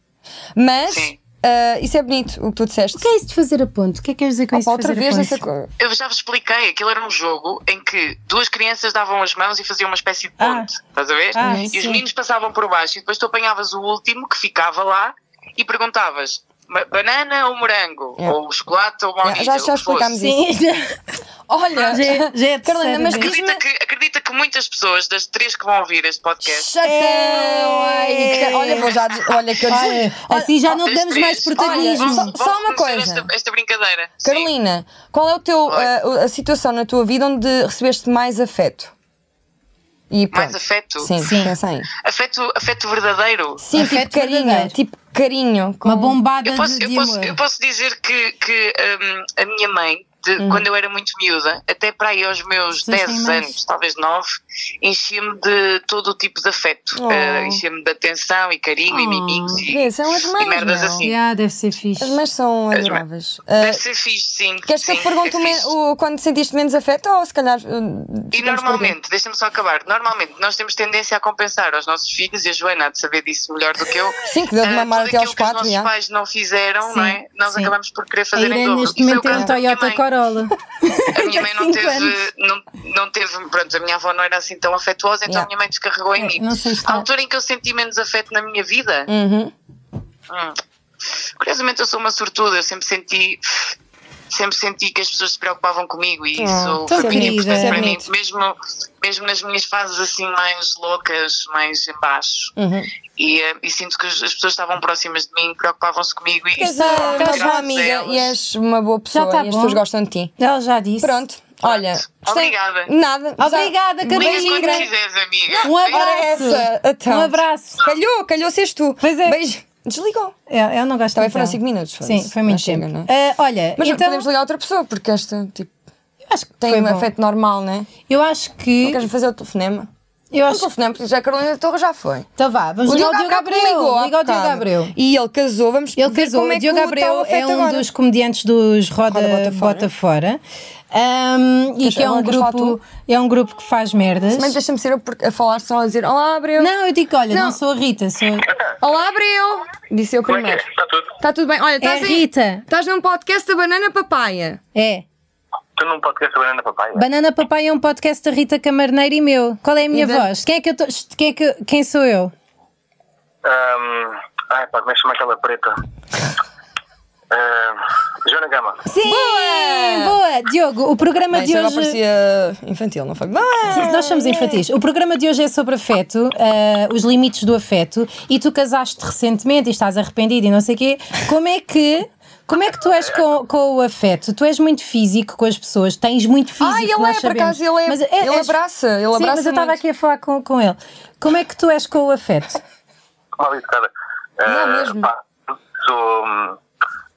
Speaker 1: Mas.
Speaker 3: Sim.
Speaker 1: eh, isso é bonito, o que tu disseste.
Speaker 2: O que é isso de fazer a ponte? O que é que queres dizer com isso
Speaker 1: Opa,
Speaker 2: de
Speaker 1: outra
Speaker 2: fazer
Speaker 1: vez
Speaker 2: a
Speaker 1: essa
Speaker 2: ponte?
Speaker 1: coisa.
Speaker 3: Eu já vos expliquei, aquilo era um jogo em que duas crianças davam as mãos e faziam uma espécie de ponte, estás a ver?
Speaker 2: Ah,
Speaker 3: e os
Speaker 2: sim.
Speaker 3: meninos passavam por baixo e depois tu apanhavas o último que ficava lá e perguntavas "Ma- banana ou morango?
Speaker 1: Yeah.
Speaker 3: Ou chocolate ou baunilha?
Speaker 1: É. já- já
Speaker 3: o que fosse.
Speaker 1: explicámos isso.
Speaker 2: Sim,
Speaker 1: Olha,
Speaker 2: Já- já é a
Speaker 1: Carolina,
Speaker 2: terceira
Speaker 1: mas
Speaker 2: vez.
Speaker 1: diz-me.
Speaker 3: Acredita que, acredita que muitas pessoas, das três que vão ouvir este podcast,
Speaker 1: Chatão! ai, que- Olha, vou já. des- Olha, que eu
Speaker 2: É. Olha,
Speaker 1: desligo. Olha,
Speaker 2: assim já não
Speaker 3: das
Speaker 2: damos
Speaker 3: três,
Speaker 2: mais protagonismo.
Speaker 1: olha, só-
Speaker 3: vão-
Speaker 1: só
Speaker 3: vão
Speaker 1: uma
Speaker 3: conhecer
Speaker 1: coisa.
Speaker 3: Esta, esta brincadeira. Sim.
Speaker 1: Carolina, qual é o teu, a, a situação na tua vida onde recebeste mais afeto? E
Speaker 3: Mais
Speaker 1: pronto.
Speaker 3: afeto?
Speaker 1: Sim,
Speaker 2: Sim.
Speaker 1: pensa aí.
Speaker 3: Afeto, afeto verdadeiro.
Speaker 1: Sim,
Speaker 2: Afeto
Speaker 1: tipo carinho,
Speaker 2: verdadeiro.
Speaker 1: tipo carinho. com-
Speaker 2: Uma bombada
Speaker 3: Eu posso,
Speaker 2: de,
Speaker 3: eu
Speaker 2: de
Speaker 3: posso,
Speaker 2: amor.
Speaker 3: eu posso dizer que, que, hum, a minha mãe, de-
Speaker 1: Hum.
Speaker 3: quando eu era muito miúda, até para aí aos meus
Speaker 2: Vocês têm
Speaker 3: 10
Speaker 2: mães?
Speaker 3: anos, talvez 9, enchia-me de todo o tipo de afeto.
Speaker 1: Oh.
Speaker 3: Eh, enchia-me de atenção e carinho e
Speaker 2: Oh.
Speaker 3: miminhos. E,
Speaker 1: Sim, São as mães.
Speaker 3: E merdas
Speaker 1: meu.
Speaker 3: assim.
Speaker 2: Yeah, deve ser fixe.
Speaker 1: As mães são
Speaker 3: As
Speaker 1: adoráveis.
Speaker 3: deve
Speaker 1: Ah,
Speaker 3: ser fixe, sim.
Speaker 1: queres que eu
Speaker 3: sim,
Speaker 1: te pergunte
Speaker 3: é
Speaker 1: o men-
Speaker 3: fixe.
Speaker 1: o, quando sentiste menos afeto ou se calhar. eh,
Speaker 3: E normalmente, deixa-me só acabar, normalmente nós temos tendência a compensar aos nossos filhos, e a Joana há de saber disso melhor do que eu.
Speaker 1: Sim, que deu de
Speaker 3: eh,
Speaker 1: mamar
Speaker 3: tudo
Speaker 1: até aos
Speaker 3: aquilo que
Speaker 1: quatro,
Speaker 3: os nossos
Speaker 1: já.
Speaker 3: pais não fizeram,
Speaker 2: Sim,
Speaker 3: não é? Nós
Speaker 2: sim.
Speaker 3: acabamos por querer
Speaker 2: A
Speaker 3: fazer então, em
Speaker 2: Irene
Speaker 3: dobro.
Speaker 2: neste
Speaker 3: E foi o
Speaker 1: é
Speaker 2: momento tem um
Speaker 3: caso da minha
Speaker 2: Toyota
Speaker 3: mãe.
Speaker 2: Corolla.
Speaker 3: A minha mãe não
Speaker 2: Cinco anos.
Speaker 3: teve, não, não teve, pronto, a minha avó não era assim tão afetuosa, então
Speaker 1: Yeah.
Speaker 3: a minha mãe descarregou em
Speaker 2: É,
Speaker 3: mim.
Speaker 2: não sei estar.
Speaker 3: A altura em que eu senti menos afeto na minha vida,
Speaker 1: Uhum.
Speaker 3: hum, curiosamente eu sou uma sortuda, eu sempre senti, sempre senti que as pessoas se preocupavam comigo e isso
Speaker 2: tão
Speaker 3: foi muito
Speaker 2: querida.
Speaker 3: importante para mim,
Speaker 1: Bonito.
Speaker 3: mesmo, mesmo nas minhas fases assim mais loucas, mais em baixo.
Speaker 1: Uhum.
Speaker 3: E, eh, e sinto que as as pessoas estavam próximas de mim, preocupavam-se comigo e
Speaker 1: És
Speaker 3: isso um
Speaker 1: uma
Speaker 3: graças
Speaker 1: é, boa
Speaker 3: a
Speaker 1: amiga
Speaker 3: elas.
Speaker 1: e és uma boa pessoa
Speaker 2: tá
Speaker 1: e as
Speaker 2: bom.
Speaker 1: pessoas gostam de ti.
Speaker 2: Ela já disse.
Speaker 1: Pronto, olha. gostei-
Speaker 3: Obrigada.
Speaker 1: Nada.
Speaker 2: Obrigada,
Speaker 1: Obrigada.
Speaker 3: Ligas
Speaker 2: Carolina.
Speaker 3: quando quiseres, amiga.
Speaker 2: Um
Speaker 3: Beijinhos.
Speaker 1: Ora
Speaker 2: abraço.
Speaker 1: essa, então.
Speaker 2: Um abraço.
Speaker 1: Calhou, calhou seres tu.
Speaker 2: Pois é.
Speaker 1: Beijo. Desligou.
Speaker 2: Eu, eu não gosto
Speaker 1: Também
Speaker 2: de
Speaker 1: foram
Speaker 2: ela.
Speaker 1: cinco minutos,
Speaker 2: Sim,
Speaker 1: foda-se.
Speaker 2: foi muito
Speaker 1: Já
Speaker 2: tempo.
Speaker 1: chega, não é?
Speaker 2: Ah, olha,
Speaker 1: Mas
Speaker 2: então,
Speaker 1: podemos ligar a outra pessoa, porque esta tipo,
Speaker 2: eu acho que
Speaker 1: tem
Speaker 2: foi
Speaker 1: um
Speaker 2: bom.
Speaker 1: efeito normal, né?
Speaker 2: Eu acho
Speaker 1: Não
Speaker 2: que.
Speaker 1: queres fazer o telefonema?
Speaker 2: Eu
Speaker 1: O
Speaker 2: acho que.
Speaker 1: telefonema, porque já a Carolina Torre já foi.
Speaker 2: Então vá, vamos ligar ao Diogo Gabriel.
Speaker 1: há
Speaker 2: Liga ao Diogo
Speaker 1: bocado.
Speaker 2: Gabriel.
Speaker 1: E ele casou, vamos
Speaker 2: Ele
Speaker 1: ver
Speaker 2: casou.
Speaker 1: como é
Speaker 2: o
Speaker 1: que
Speaker 2: Diogo
Speaker 1: o
Speaker 2: Gabriel
Speaker 1: tal
Speaker 2: é
Speaker 1: afeta
Speaker 2: um
Speaker 1: agora.
Speaker 2: dos comediantes dos Roda,
Speaker 1: Roda Bota
Speaker 2: Bota Fora,
Speaker 1: Fora.
Speaker 2: Ahm, e
Speaker 1: Queres-
Speaker 2: que é um,
Speaker 1: agora queres falar
Speaker 2: grupo,
Speaker 1: tu?
Speaker 2: é um grupo que faz merdas.
Speaker 1: Mas deixa-me ser eu por- a falar só a dizer Olá, Abreu.
Speaker 2: Não, eu digo, olha, não,
Speaker 1: Não.
Speaker 2: sou a Rita, sou
Speaker 1: Olá, Abreu. Disse eu
Speaker 4: Como é que é?
Speaker 1: primeiro.
Speaker 4: Está tudo?
Speaker 1: Está tudo bem? Olha,
Speaker 2: é a
Speaker 1: estás aí.
Speaker 2: Rita.
Speaker 1: Estás num podcast da Banana Papaya.
Speaker 2: É.
Speaker 4: Tu não podes querer saber na papai?
Speaker 2: Banana Papai é um podcast da Rita Camarneiro e meu. Qual é a minha
Speaker 1: E da-
Speaker 2: voz? Quem é que eu tô... quem, é que eu- quem sou eu?
Speaker 4: Ahm, Ai, pá, como é que chama aquela preta? Ahm, Joana Gama.
Speaker 2: Sim! Boa! Diogo, o programa
Speaker 1: Bem,
Speaker 2: de
Speaker 1: Ah, isso agora
Speaker 2: hoje.
Speaker 1: parecia infantil, não foi? tá Bem.
Speaker 2: Nós somos infantis. O programa de hoje é sobre afeto, ah, os limites do afeto, e tu casaste recentemente e estás arrependido e não sei o quê. Como é que. Como é que tu és com, com o afeto? Tu és muito físico com as pessoas, tens muito físico.
Speaker 1: Ah, ele
Speaker 2: nós
Speaker 1: é, por
Speaker 2: sabemos.
Speaker 1: acaso, ele é- ele
Speaker 2: és-
Speaker 1: abraça, ele
Speaker 2: Sim,
Speaker 1: abraça
Speaker 2: mas eu estava
Speaker 1: muito.
Speaker 2: aqui a falar com, com ele. Como é que tu és com o afeto?
Speaker 4: Mal educada.
Speaker 2: é
Speaker 1: Não,
Speaker 4: Ah,
Speaker 1: mesmo.
Speaker 4: pá, sou. hum,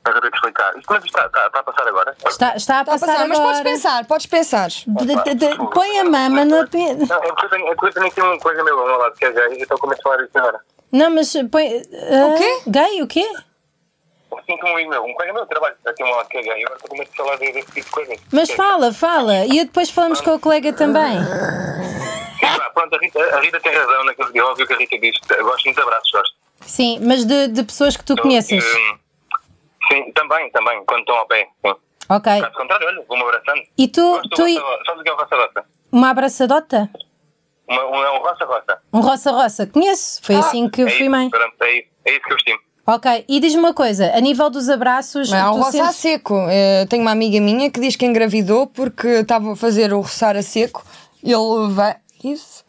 Speaker 4: Acabei de explicar. Isto, mas isto está, está- está a passar agora?
Speaker 2: Está, está a
Speaker 1: Está a
Speaker 2: passar,
Speaker 1: passar, mas podes
Speaker 2: agora.
Speaker 1: pensar, podes pensar.
Speaker 2: De- de- de- põe a mama na. pe-
Speaker 4: Não, é porque eu tenho, é porque eu tenho aqui uma coisa meu ao meu lado que é gay e eu estou com medo de falar isso agora.
Speaker 2: Não, mas põe.
Speaker 1: O quê?
Speaker 2: ah, Gay, o quê?
Speaker 4: Eu sinto um e-mail, um colega meu trabalho aqui ao meu lado que é gay e agora estou com medo de falar desse tipo de coisas.
Speaker 2: Mas fala, fala. E depois falamos com o colega também.
Speaker 4: Ah, Pronto, a Rita, a Rita tem razão naquilo que é óbvio que a Rita diz. Eu gosto muito de abraços, gosto.
Speaker 2: Sim, mas de, de pessoas que tu conheces.
Speaker 4: Hum, Sim, também, também, quando estão ao pé. Sim.
Speaker 2: Ok.
Speaker 4: Caso contrário, olha, vou-me abraçando.
Speaker 2: É. E tu,
Speaker 4: Gosto do
Speaker 2: tu e-
Speaker 4: roça-roça. Sabes o que é o roça-roça?
Speaker 2: uma abraçadota?
Speaker 4: Uma- Um é um roça-roça.
Speaker 2: Um roça-roça? Conheço.
Speaker 1: Ah,
Speaker 2: Foi assim que
Speaker 4: é
Speaker 2: eu fui
Speaker 4: isso,
Speaker 2: mãe.
Speaker 4: pronto, é isso, é isso que eu estimo.
Speaker 2: Ok. E diz-me uma coisa: a nível dos abraços.
Speaker 1: Mas há um
Speaker 2: tu
Speaker 1: roçar a
Speaker 2: sentes-
Speaker 1: seco. Eh, tenho uma amiga minha que diz que engravidou porque estava a fazer o roçar a seco. Ele vai. Isso.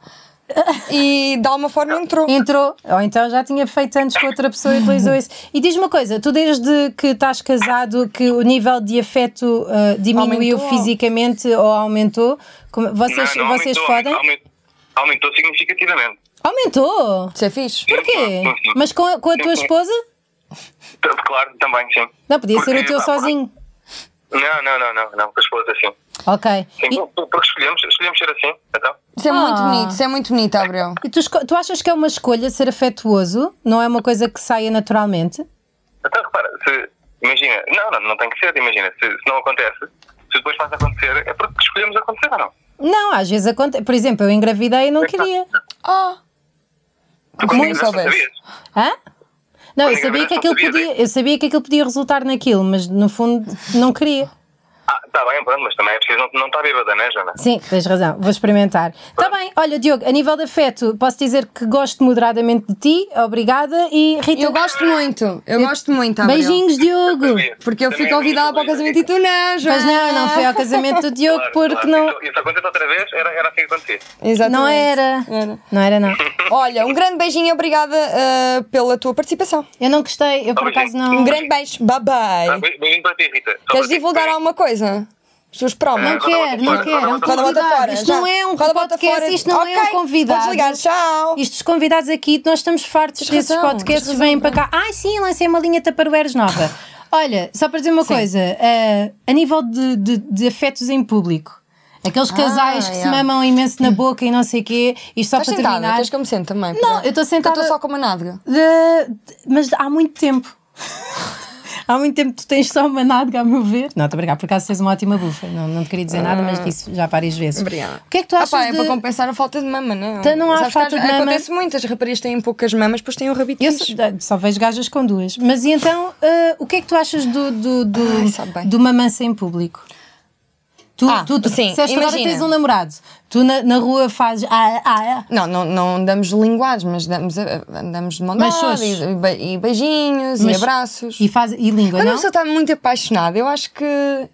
Speaker 1: E de alguma forma entrou.
Speaker 2: Entrou, ou então já tinha feito antes com outra pessoa e utilizou isso. E diz-me uma coisa: tu, desde que estás casado, que o nível de afeto ah, diminuiu
Speaker 1: Aumentou.
Speaker 2: fisicamente ou aumentou? Como- vocês
Speaker 4: Não, não,
Speaker 2: vocês
Speaker 4: aumentou,
Speaker 2: fodem?
Speaker 4: Aumentou, aumentou significativamente.
Speaker 2: Aumentou!
Speaker 1: Isso é fixe.
Speaker 2: Porquê?
Speaker 4: Sim, sim.
Speaker 2: Mas com a, com a tua
Speaker 4: Sim.
Speaker 2: esposa?
Speaker 4: T- Claro, também, sim.
Speaker 2: Não, podia ser o
Speaker 4: Porque,
Speaker 2: teu
Speaker 4: pá,
Speaker 2: sozinho.
Speaker 4: Não, não, não, não, não, com a esposa, sim.
Speaker 2: Ok.
Speaker 4: sim
Speaker 2: E,
Speaker 4: por- Porque escolhemos, escolhemos ser assim, então.
Speaker 1: Isso é
Speaker 2: Ah.
Speaker 1: muito bonito, isso é muito bonito, Abreu.
Speaker 2: e tu, esco- tu achas que é uma escolha ser afetuoso? Não é uma coisa que saia naturalmente?
Speaker 4: Então, repara, se. Imagina, não, não, não tem que ser, imagina, se, se não acontece, se depois faz acontecer, é porque escolhemos acontecer ou não.
Speaker 2: Não, às vezes acontece. Por exemplo, eu engravidei e não
Speaker 4: tá.
Speaker 2: queria.
Speaker 1: Ah!
Speaker 4: Tu
Speaker 1: Como
Speaker 4: quando
Speaker 1: eu
Speaker 4: engravidaste, não
Speaker 1: soubesse.
Speaker 4: sabias?
Speaker 2: Hã? Não, eu
Speaker 4: Quando
Speaker 2: sabia que
Speaker 4: engravidaste, não
Speaker 2: aquilo
Speaker 4: sabias,
Speaker 2: podia, eu sabia que aquilo podia resultar naquilo, mas no fundo não queria.
Speaker 4: Ah, está bem, pronto, mas também é preciso não, não estar bêbada, né, Jana?
Speaker 2: Sim, tens razão, vou experimentar. Está bem, olha, Diogo, a nível de afeto, posso dizer que gosto moderadamente de ti, obrigada e Rita.
Speaker 1: Eu gosto muito, eu gosto muito, Abreu.
Speaker 2: Beijinhos, Diogo!
Speaker 1: Porque eu fui
Speaker 4: Também é
Speaker 1: convidada
Speaker 4: preciso
Speaker 1: para o casamento e tu não, Joana.
Speaker 2: Mas não, não foi ao casamento do Diogo
Speaker 4: Claro,
Speaker 2: porque
Speaker 4: claro.
Speaker 2: não.
Speaker 4: Isso, isso acontece outra vez, era, era assim que acontecia.
Speaker 1: Exatamente.
Speaker 2: Não é- era. Não era, não.
Speaker 1: Olha, um grande beijinho e obrigada ah, pela tua participação.
Speaker 2: Eu não gostei, eu por
Speaker 4: Obrigado.
Speaker 2: acaso não.
Speaker 1: Um grande beijo. Bye
Speaker 4: Ah,
Speaker 1: bye.
Speaker 4: bem- Beijinho para ti, Rita. Só
Speaker 1: Queres
Speaker 4: para ti.
Speaker 1: divulgar alguma coisa? As tuas promas?
Speaker 2: Não quero, não quero. é um
Speaker 1: Roda a bota
Speaker 2: convidado.
Speaker 1: fora.
Speaker 2: Isto
Speaker 1: já.
Speaker 2: não é um
Speaker 1: Roda a bota
Speaker 2: podcast,
Speaker 1: fora.
Speaker 2: isto não é um
Speaker 1: Ok,
Speaker 2: convidado.
Speaker 1: Podes ligar, tchau.
Speaker 2: Isto, os convidados aqui, nós estamos fartos
Speaker 1: Tens
Speaker 2: desses
Speaker 1: razão,
Speaker 2: podcasts,
Speaker 1: tens
Speaker 2: vêm para cá. Ai, sim, lancei uma linha Tupperwares nova. Olha, só para dizer uma coisa, eh, a nível de, de, de afetos em público, aqueles casais que se
Speaker 1: Ah, yeah.
Speaker 2: mamam imenso na boca e não sei o quê, isto só
Speaker 1: Estás
Speaker 2: para
Speaker 1: sentada?
Speaker 2: terminar.
Speaker 1: Tens que eu me sento também.
Speaker 2: Não, eu estou
Speaker 1: Porque
Speaker 2: sentada.
Speaker 1: Eu estou só com uma nádega.
Speaker 2: De- de- mas há muito tempo. há muito tempo tu tens só uma nádega, a meu ver. Não, estou a brincar, por acaso tens uma ótima bufa. Não, não te queria dizer nada, mas disse já várias vezes.
Speaker 1: Ah. Obrigada.
Speaker 2: O que é que tu achas
Speaker 1: Ah, pá, é
Speaker 2: de...
Speaker 1: para compensar a falta de mama, não é?
Speaker 2: Então não há
Speaker 1: Sabes que
Speaker 2: falta
Speaker 1: às-
Speaker 2: de mama.
Speaker 1: Acontece muito, as raparigas têm poucas mamas, depois têm um rabito
Speaker 2: Eu
Speaker 1: fixe.
Speaker 2: só- eh, só vejo gajas com duas. Mas e então, ah, o que é que tu achas do, do, do,
Speaker 1: Ai, sabe bem.
Speaker 2: do mamança em público? Tu,
Speaker 1: Ah,
Speaker 2: tu, tu
Speaker 1: sim,
Speaker 2: disseste agora
Speaker 1: imagina.
Speaker 2: tens um namorado. Tu na, na rua fazes. Ah, ah, ah.
Speaker 1: Não, não, não damos linguagens, mas damos, eh, andamos de mão
Speaker 2: Mas
Speaker 1: dada
Speaker 2: sos.
Speaker 1: e, be- e beijinhos
Speaker 2: Mas-
Speaker 1: e abraços.
Speaker 2: E, faz, e língua,
Speaker 1: Quando a
Speaker 2: não?
Speaker 1: pessoa está muito apaixonada, eu acho que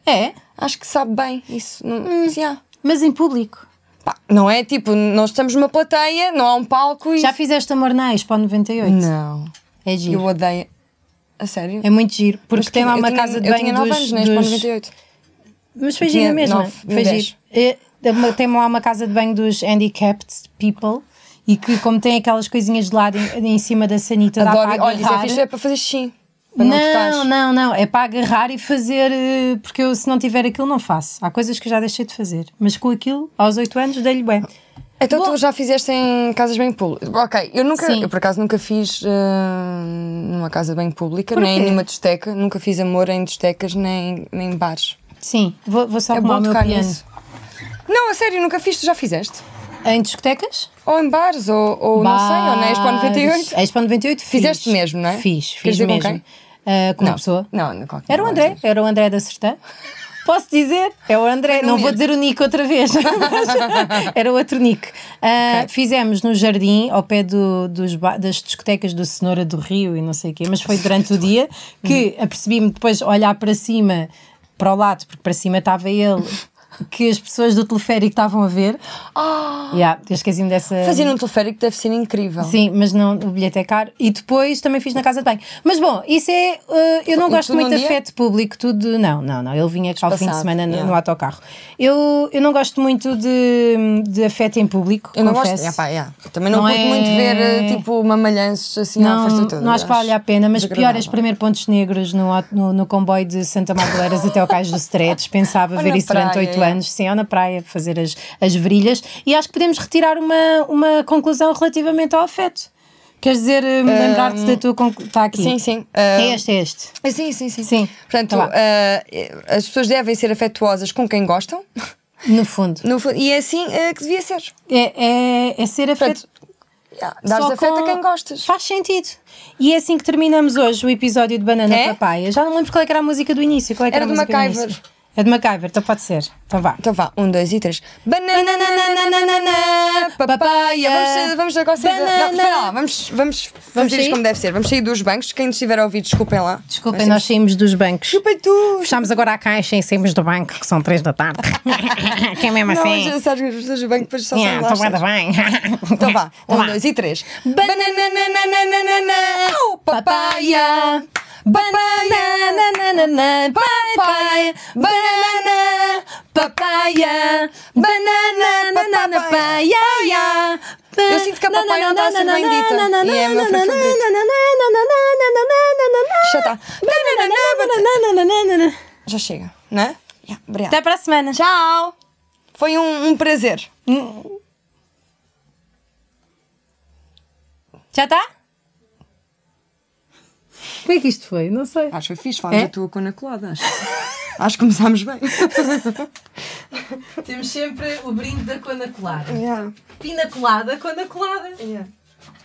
Speaker 2: É,
Speaker 1: acho que sabe bem isso. Não, se há.
Speaker 2: mas em público.
Speaker 1: Pá, não é tipo, nós estamos numa plateia, não há um palco e.
Speaker 2: Já fizeste amor na Expo 98?
Speaker 1: Não.
Speaker 2: É
Speaker 1: Eu
Speaker 2: giro.
Speaker 1: odeio. A sério?
Speaker 2: É muito giro. Porque
Speaker 1: Mas
Speaker 2: tem lá
Speaker 1: eu
Speaker 2: uma
Speaker 1: tinha-
Speaker 2: casa de
Speaker 1: Eu
Speaker 2: banho
Speaker 1: tinha 9
Speaker 2: dos,
Speaker 1: anos, né?
Speaker 2: dos-
Speaker 1: 98.
Speaker 2: Mas foi
Speaker 1: Eu
Speaker 2: giro
Speaker 1: tinha
Speaker 2: mesmo.
Speaker 1: nove,
Speaker 2: Foi
Speaker 1: dez.
Speaker 2: giro. É, uma- Tem lá uma casa de banho dos handicapped people e que, como tem aquelas coisinhas de lado em, em cima da sanita, dá
Speaker 1: Adoro.
Speaker 2: para
Speaker 1: Olha, isso é
Speaker 2: agarrar.
Speaker 1: fixe, é para fazer xixi. Para não,
Speaker 2: Não,
Speaker 1: tocares.
Speaker 2: não, não. É para agarrar e fazer. eh, Porque eu, se não tiver aquilo, não faço. Há coisas que eu já deixei de fazer. Mas com aquilo, aos 8 anos, dei-lhe bem.
Speaker 1: Então
Speaker 2: Bom.
Speaker 1: tu já fizeste em casas bem públicas. Ok, eu nunca,
Speaker 2: Sim.
Speaker 1: eu por acaso nunca fiz eh, numa casa bem pública, nem em
Speaker 2: quê?
Speaker 1: nenhuma discoteca, nunca fiz amor em discotecas nem, nem em bares.
Speaker 2: Sim, vou, vou só
Speaker 1: É
Speaker 2: arrumar
Speaker 1: bom
Speaker 2: o meu
Speaker 1: tocar
Speaker 2: piano.
Speaker 1: nisso. Não, a sério, nunca fiz, tu já fizeste?
Speaker 2: Em discotecas?
Speaker 1: Ou em bares, ou, ou não é? sei, ou na Expo 98?
Speaker 2: Expo 98 fiz.
Speaker 1: Fizeste mesmo, não é?
Speaker 2: Fiz,
Speaker 1: Quer
Speaker 2: fiz
Speaker 1: dizer com
Speaker 2: mesmo.
Speaker 1: quem?
Speaker 2: Ah, com uma
Speaker 1: Não,
Speaker 2: pessoa.
Speaker 1: não, não, é qualquer
Speaker 2: Era o
Speaker 1: coisa.
Speaker 2: André, era o André da Sertã. Posso dizer? É o André, não vou
Speaker 1: Nico.
Speaker 2: dizer o Nick outra vez. era o outro Nick. Ah, Fizemos no jardim, ao pé do- dos, ba- das discotecas do Cenoura do Rio e não sei o quê, mas foi durante o
Speaker 1: Uhum.
Speaker 2: dia que apercebi-me depois olhar para cima, para o lado, porque para cima estava ele. que as pessoas do teleférico estavam a ver.
Speaker 1: Ah!
Speaker 2: Yeah, eu esqueci-me dessa.
Speaker 1: Fazer um teleférico deve ser incrível.
Speaker 2: Sim, mas não, o bilhete é caro. E depois também fiz na casa de banho. Mas bom, isso é. uh, eu não
Speaker 1: E
Speaker 2: gosto
Speaker 1: tudo
Speaker 2: muito
Speaker 1: num
Speaker 2: de
Speaker 1: dia?
Speaker 2: afeto público, tudo. Não, não, não. Ele vinha cá ao fim de
Speaker 1: Espaçado,
Speaker 2: semana no,
Speaker 1: yeah.
Speaker 2: no autocarro. Eu, eu não gosto muito de, de afeto em público.
Speaker 1: Eu não
Speaker 2: confesso.
Speaker 1: gosto. Yeah, pá, yeah. Também não,
Speaker 2: Não
Speaker 1: curto
Speaker 2: é-
Speaker 1: muito ver eh, tipo mamalhanços assim à
Speaker 2: Não,
Speaker 1: força toda.
Speaker 2: não acho que vale a pena, mas pior é
Speaker 1: desagradável.
Speaker 2: os primeiros pontos negros no, au- no, no comboio de Santa Margoleiras até ao Cais do Stretch. Pensava
Speaker 1: Ou
Speaker 2: ver
Speaker 1: na
Speaker 2: isso durante
Speaker 1: praia,
Speaker 2: oito
Speaker 1: é.
Speaker 2: anos, sim, ou na praia, fazer as, as virilhas. E acho que podemos retirar uma, uma conclusão relativamente ao afeto. Queres dizer, eh, lembrar-te da tua conclusão? Está aqui.
Speaker 1: Hum, Sim, sim.
Speaker 2: É
Speaker 1: Eh,
Speaker 2: este, é este.
Speaker 1: Ah, Sim, sim, sim.
Speaker 2: Sim.
Speaker 1: Portanto,
Speaker 2: Tá lá.
Speaker 1: ah, eh, as pessoas devem ser afetuosas com quem gostam.
Speaker 2: No fundo.
Speaker 1: No fu- e é assim ah, que devia ser.
Speaker 2: É, é, é ser afeto.
Speaker 1: Portanto, yeah, dares
Speaker 2: só
Speaker 1: afeto
Speaker 2: com-
Speaker 1: a quem gostas.
Speaker 2: Faz sentido. E é assim que terminamos hoje o episódio de Banana
Speaker 1: É?
Speaker 2: Papaya. Já não lembro qual é que era a música do início. Qual é que era,
Speaker 1: Era
Speaker 2: a
Speaker 1: do
Speaker 2: música do
Speaker 1: MacGyver.
Speaker 2: início? É de MacGyver, então pode ser. Então vá.
Speaker 1: Então vá, um, dois e três. Bananananananana, papaya. Vamos, sair- vamos agora sair da- não,
Speaker 2: Banana.
Speaker 1: espera lá, vamos, vamos,
Speaker 2: Vamos
Speaker 1: vamos fazer
Speaker 2: sair?
Speaker 1: isto como deve ser. Vamos sair dos bancos. Quem nos estiver a ouvir, desculpem lá.
Speaker 2: Desculpem, nós saímos dos bancos.
Speaker 1: Desculpem tu.
Speaker 2: Fechámos agora a caixa e saímos do banco, que são três da tarde. que é mesmo
Speaker 1: Não,
Speaker 2: assim. É, então
Speaker 1: mas, sabes que as pessoas do banco depois só
Speaker 2: Yeah,
Speaker 1: são
Speaker 2: Estou bem,
Speaker 1: relaxadas.
Speaker 2: bem.
Speaker 1: Então vá, um,
Speaker 2: Vá.
Speaker 1: dois e três. Banananananana, au, papaya. Banananananana, papaya. Banana, papaya. Banana, papaya. Eu sinto que a papaya não está a ser bem dita. E é a minha fruta favorita. Já tá. está. Já chega, não é? Yeah, Obrigada.
Speaker 2: Até para a semana.
Speaker 1: Tchau. Foi um, um prazer.
Speaker 2: Já
Speaker 1: tá?
Speaker 2: está? Como é que isto foi? Não sei.
Speaker 1: Acho que foi fixe falar
Speaker 2: É?
Speaker 1: da tua cona colada. Acho, acho que começámos bem.
Speaker 2: Temos sempre o brinde da cona colada.
Speaker 1: Yeah,
Speaker 2: Pina colada, cona colada.
Speaker 1: yeah.